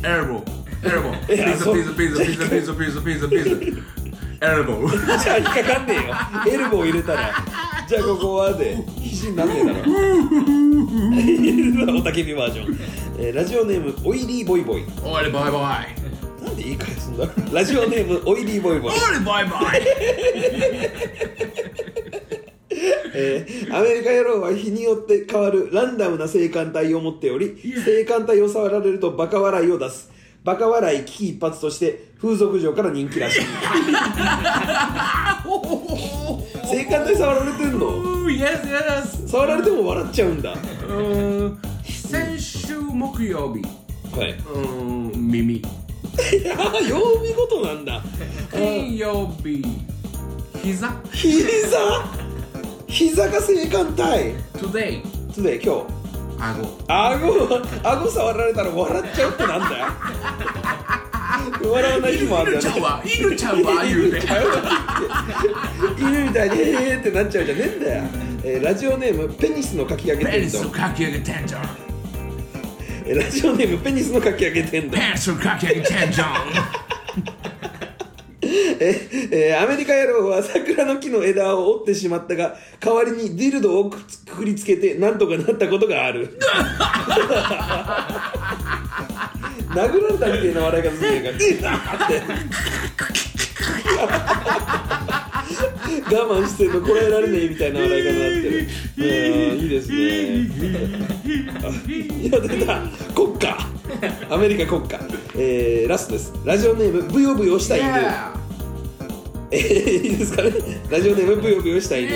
[SPEAKER 4] エルボーエルボー
[SPEAKER 1] いやそう
[SPEAKER 4] ピザピザピザピザピザピザピザピザエルボー
[SPEAKER 1] じゃあ引っかかんねえよエルボー入れたらじゃあここはで肘になんねえだ (laughs) ろおたけびバージョン、えーラジオネームオイリーボイボイ
[SPEAKER 4] おいバイバイ
[SPEAKER 1] なんで言い返すんだろうラジオネームオイリーボイボイ
[SPEAKER 4] おいバイバイ
[SPEAKER 1] えーアメリカ野郎は日によって変わるランダムな性感帯を持っており性感帯を触られるとバカ笑いを出すバカ笑い危機一髪として風俗嬢から人気らしい (laughs) 性感帯触られてんの
[SPEAKER 2] Oh, Yes, yes Uh,
[SPEAKER 1] 触られても笑っちゃうんだは
[SPEAKER 2] うん先週木曜日
[SPEAKER 1] い
[SPEAKER 2] うん耳
[SPEAKER 1] あ (laughs) 曜日ごとなんだ
[SPEAKER 2] 金曜日膝
[SPEAKER 1] 膝膝が性感帯
[SPEAKER 2] Today
[SPEAKER 1] つで今日
[SPEAKER 2] 顎
[SPEAKER 1] 顎顎触られたら笑っちゃうってなんだよ (laughs) 笑わない日もある
[SPEAKER 4] 犬
[SPEAKER 1] よ
[SPEAKER 4] ち
[SPEAKER 1] ね
[SPEAKER 4] ゃんは犬ちゃん
[SPEAKER 1] (laughs)
[SPEAKER 4] は言うて
[SPEAKER 1] 犬みたいに「へーってなっちゃうじゃねえんだよ、えーラジオネームペニスのかき揚げ
[SPEAKER 4] ペ
[SPEAKER 1] 天
[SPEAKER 4] ンス
[SPEAKER 1] 丼
[SPEAKER 4] かき上げてんじゃん
[SPEAKER 1] えーラジオネームペニスのかき揚げ天丼
[SPEAKER 4] ペンスかき上げてんじゃん
[SPEAKER 1] えーえーアメリカ野郎は桜の木の枝を折ってしまったが代わりにディルドをくっつくくりつけてなんとかなったことが
[SPEAKER 5] (laughs)
[SPEAKER 1] ある殴られたみたいな笑い方するやんか「うっ!」って
[SPEAKER 5] 我慢してんのこらえられねえみたいな笑い方になってるうんいいですね (laughs) いや出た国歌アメリカ国歌、えー、ラストですラジオネームブヨブヨした犬、えー、いいですかねラジオネームブヨブヨした犬、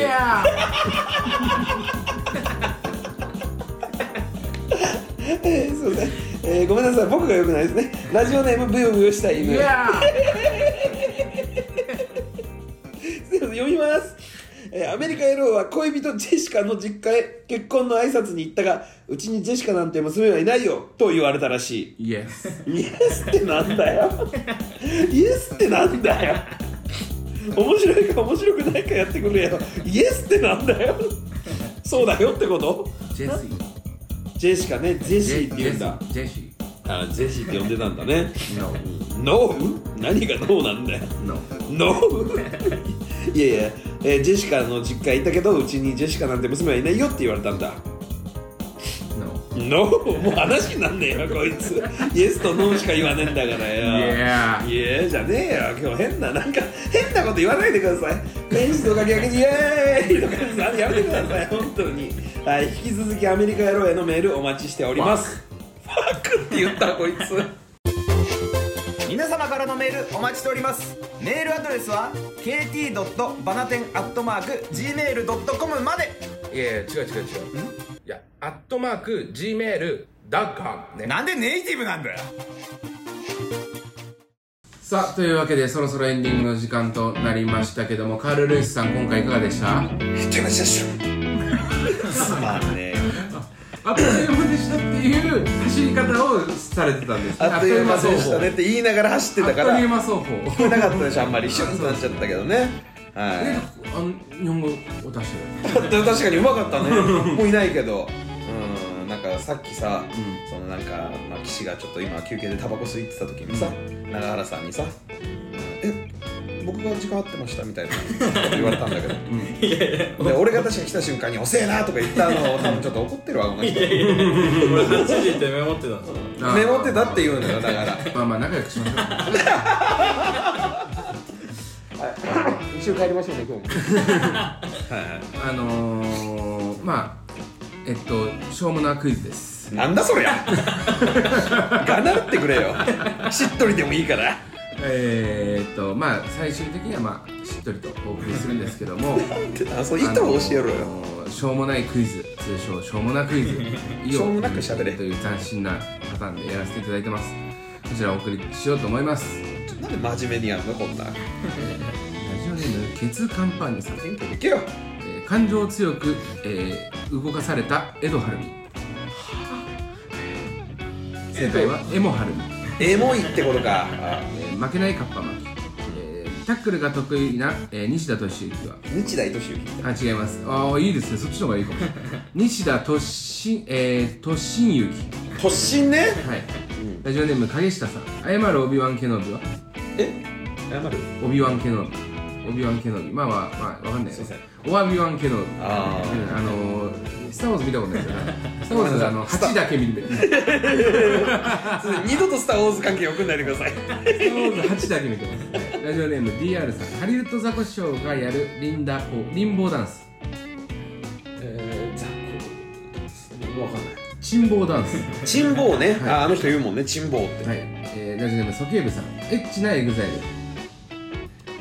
[SPEAKER 5] えーすいません、えー、ごめんなさい僕がよくないですねラジオネームブヨブヨした犬、すいません読みます、えーアメリカ野郎は恋人ジェシカの実家へ結婚の挨拶に行ったがうちにジェシカなんて娘はいないよと言われたらし
[SPEAKER 2] イエス
[SPEAKER 5] いイエスってなんだよイエスってなんだよ面白いか面白くないかやってくれよイエスってなんだよそうだよってこと
[SPEAKER 2] ジェシー
[SPEAKER 5] ジェシカねジェシーって
[SPEAKER 2] ジ
[SPEAKER 5] 言うん
[SPEAKER 2] ェシ
[SPEAKER 5] だ
[SPEAKER 2] ージェシ
[SPEAKER 5] あジェシーって呼んでたんだね
[SPEAKER 2] ー No
[SPEAKER 5] NO? 何が NO なんだよ
[SPEAKER 2] No
[SPEAKER 5] ノー (laughs) いやいや、えージェシカの実家行ったけどうちにジェシカなんて娘はいないよって言われたんだ
[SPEAKER 2] No
[SPEAKER 5] ノーもう話になんねえよこいつイエスとノーしか言わねえんだからよ
[SPEAKER 2] Yeah
[SPEAKER 5] いやじゃねえよ今日変ななんか変なこと言わないでください天使のかき揚げにイエーイとかあのやめてください本当にはい引き続きアメリカ野郎へのメールお待ちしておりますファックって言ったこいつ
[SPEAKER 3] 皆様からのメールお待ちしておりますメールアドレスは kt. バナテンアットマーク gmail.com まで
[SPEAKER 4] いやいや違う違う違ういやアットマーク Gmail.com ね
[SPEAKER 3] なんでネイティブなんだよ
[SPEAKER 2] さあというわけでそろそろエンディングの時間となりましたけどもカール・ルイスさん今回いかがでした
[SPEAKER 3] すまんね
[SPEAKER 2] あっという間でしたっていう走り方をされてたんですね
[SPEAKER 1] あっという間でしたねって言いながら走ってたか
[SPEAKER 2] あっという
[SPEAKER 1] ら
[SPEAKER 2] 間走法
[SPEAKER 1] 聞こえなかった (laughs) でしょあんまりシュンとなっちゃったけどねはい
[SPEAKER 2] えあの日本語を出して
[SPEAKER 1] (laughs)
[SPEAKER 2] る
[SPEAKER 1] 確かにうまかったねもういないけどうんなんかさっきさ、そのなんか、まあ、岸がちょっと今休憩でタバコ吸いってた時にさ、永原さんにさ「え僕が時間合ってました」みたいな (laughs) こと言われたんだけど、で俺が確かに来た瞬間に「遅えな」とか言ったのを多分ちょっと怒ってるわこの人
[SPEAKER 6] 俺8時ってメモってたんですよ
[SPEAKER 2] あー
[SPEAKER 1] メモってたって言うのよだから
[SPEAKER 2] まあまあ仲良くしましょう
[SPEAKER 1] (laughs) 一週帰りましょうね今日
[SPEAKER 2] あのー、まあえっとしょうもなクイズです
[SPEAKER 1] なんだそりゃがなってくれよしっとりでもいいから
[SPEAKER 2] えー、っとまあ最終的にはまあしっとりとお送りするんですけども
[SPEAKER 1] (laughs) あそう意図を教えろよ、
[SPEAKER 2] あのーしょうもないクイズ通称しょうもなクイズイ
[SPEAKER 1] (laughs)
[SPEAKER 2] オ
[SPEAKER 1] しょうもなく喋れ
[SPEAKER 2] という斬新なパターンでやらせていただいてますこちらお送りしようと思います
[SPEAKER 1] なんで真面目にやんのこんなん
[SPEAKER 2] ラジオネームケツカンパーニュさん、え
[SPEAKER 1] 行けよ
[SPEAKER 2] ー感情強く、えー動かされた江戸
[SPEAKER 1] (laughs)
[SPEAKER 2] 晴美正解はエモ晴美
[SPEAKER 1] エモいってことかあ
[SPEAKER 2] えー負けないカッパ巻き、えータックルが得意な、えー西田敏行は
[SPEAKER 1] 日大敏行
[SPEAKER 2] あ違いますああいいですねそっちの方がいいかも (laughs) 西田敏えー敏行
[SPEAKER 1] 突進ね
[SPEAKER 2] はい、ラジオネーム影下さん謝るオビワンケノビは
[SPEAKER 1] 謝る
[SPEAKER 2] オビワンケノビオビワンケノビまあまあまあわかんないですオワビワンケノビ
[SPEAKER 1] あー
[SPEAKER 2] うんあのー、スター・ウォーズ見たことないです (laughs) よねスター・ウォーズあの8だけ見 (laughs) るス
[SPEAKER 1] 二度とスター・ウォーズ関係送んないでください
[SPEAKER 2] ター・ウォーズ8だけ見てます、はいラジオネーム DR さんハリウッドザコシショウがやるリンダおリンボーダンス
[SPEAKER 6] えー、ざっくわかんない
[SPEAKER 2] チンボーダンス
[SPEAKER 1] 珍坊ねああの人言うもんね珍坊って
[SPEAKER 2] はい、えー、ラジオネームソケーブさんエッチなエグザイル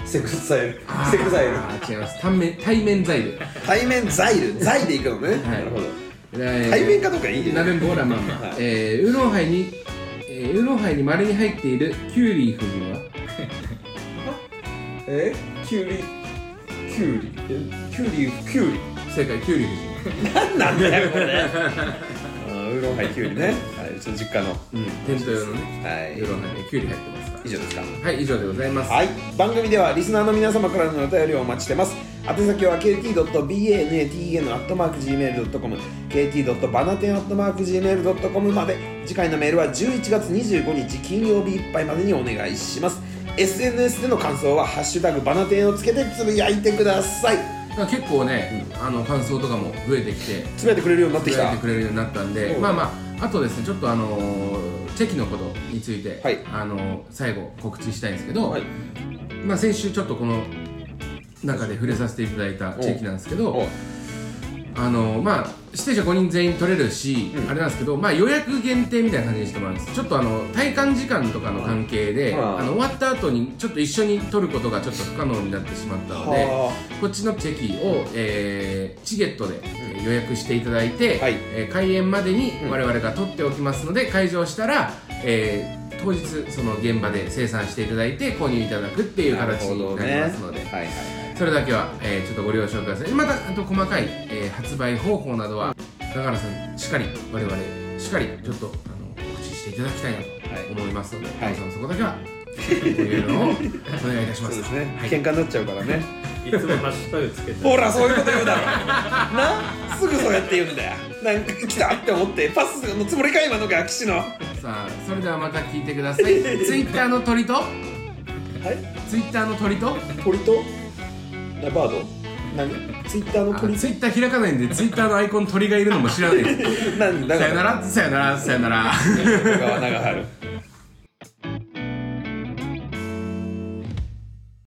[SPEAKER 1] セクサイルセクサイル
[SPEAKER 2] あー違います対面対面ザイル、
[SPEAKER 1] 対面ザイルザイで行くのね
[SPEAKER 2] は
[SPEAKER 1] な
[SPEAKER 2] い
[SPEAKER 1] るほど
[SPEAKER 2] えー
[SPEAKER 1] 対面かどうかいいけど
[SPEAKER 2] 鍋ボーラマンマ、
[SPEAKER 1] はい
[SPEAKER 2] えー、ウーロンハイに、えー、ウーロンハイに稀に入っているキュウリー夫人は
[SPEAKER 1] えキュウリキュウリえキュウリキュウリ (laughs)
[SPEAKER 2] 正解キュウリー夫人
[SPEAKER 1] 何なんだ (laughs) よこれあーウーロンハイキュウリねはいちょっと実家の
[SPEAKER 2] うん、テント用のね、
[SPEAKER 1] は
[SPEAKER 2] ウー
[SPEAKER 1] い
[SPEAKER 2] ロンハイにキュウリ入ってますか
[SPEAKER 1] 以上ですから
[SPEAKER 2] はい以上でございます
[SPEAKER 1] はい、番組ではリスナーの皆様からのお便りをお待ちしてます宛先は kt.banatn.gmail.com kt.banaten.gmail.com まで次回のメールは11月25日金曜日いっぱいまでにお願いします SNS での感想は「ハッシュタグバナテン」をつけてつぶやいてください
[SPEAKER 2] まあ結構ね、あの感想とかも増えてきて
[SPEAKER 1] つぶやいてくれるようになってき
[SPEAKER 2] や
[SPEAKER 1] た
[SPEAKER 2] ってくれるようになったんで
[SPEAKER 1] そう
[SPEAKER 2] まあまああとですねちょっとあのーチェキのことについて、
[SPEAKER 1] はい
[SPEAKER 2] あのー最後告知したいんですけど、
[SPEAKER 1] はい
[SPEAKER 2] まあ先週ちょっとこの中で触れさせていただいた地域なんですけど、
[SPEAKER 1] おう
[SPEAKER 2] あのまあ指定者5人全員取れるし、あれなんですけど、まあ、予約限定みたいな感じにしてもらうんですちょっとあの体感時間とかの関係で、
[SPEAKER 1] はい
[SPEAKER 2] あの終わった後にちょっと一緒に取ることがちょっと不可能になってしまったので、こっちのチェキを、えーチゲットでえー予約していただいて、
[SPEAKER 1] はい
[SPEAKER 2] えー開演までに我々が取っておきますので、会場したら、えー当日その現場で生産していただいて購入いただくっていう形になりますので、
[SPEAKER 1] はいはい
[SPEAKER 2] それだけは、えーちょっとご了承くださいまたあと細かい、えー発売方法などは高原さんしっかり我々しっかりちょっとあの告知していただきたいなと思いますので、
[SPEAKER 1] はい
[SPEAKER 2] 皆さんそこだけはというのをお願いいたします
[SPEAKER 1] そうですね、
[SPEAKER 2] はい
[SPEAKER 1] 喧嘩になっちゃうからね
[SPEAKER 6] いつもハッシュタグつけて
[SPEAKER 1] ほらそういうこと言うだろなすぐそうやって言うんだよなんか来たって思ってパスのつもりか今のが岸の
[SPEAKER 2] さあそれではまた聞いてください
[SPEAKER 1] (laughs)
[SPEAKER 2] ツイッターの鳥とツイッターの鳥と
[SPEAKER 5] 鳥とラバード何ツイッターの
[SPEAKER 2] あ
[SPEAKER 5] 鳥
[SPEAKER 2] ツイッター開かないんでツイッターのアイコン鳥がいるのも知らないです
[SPEAKER 1] なんだ
[SPEAKER 2] さ
[SPEAKER 1] か
[SPEAKER 2] よならさよならさよなら
[SPEAKER 1] 小川長春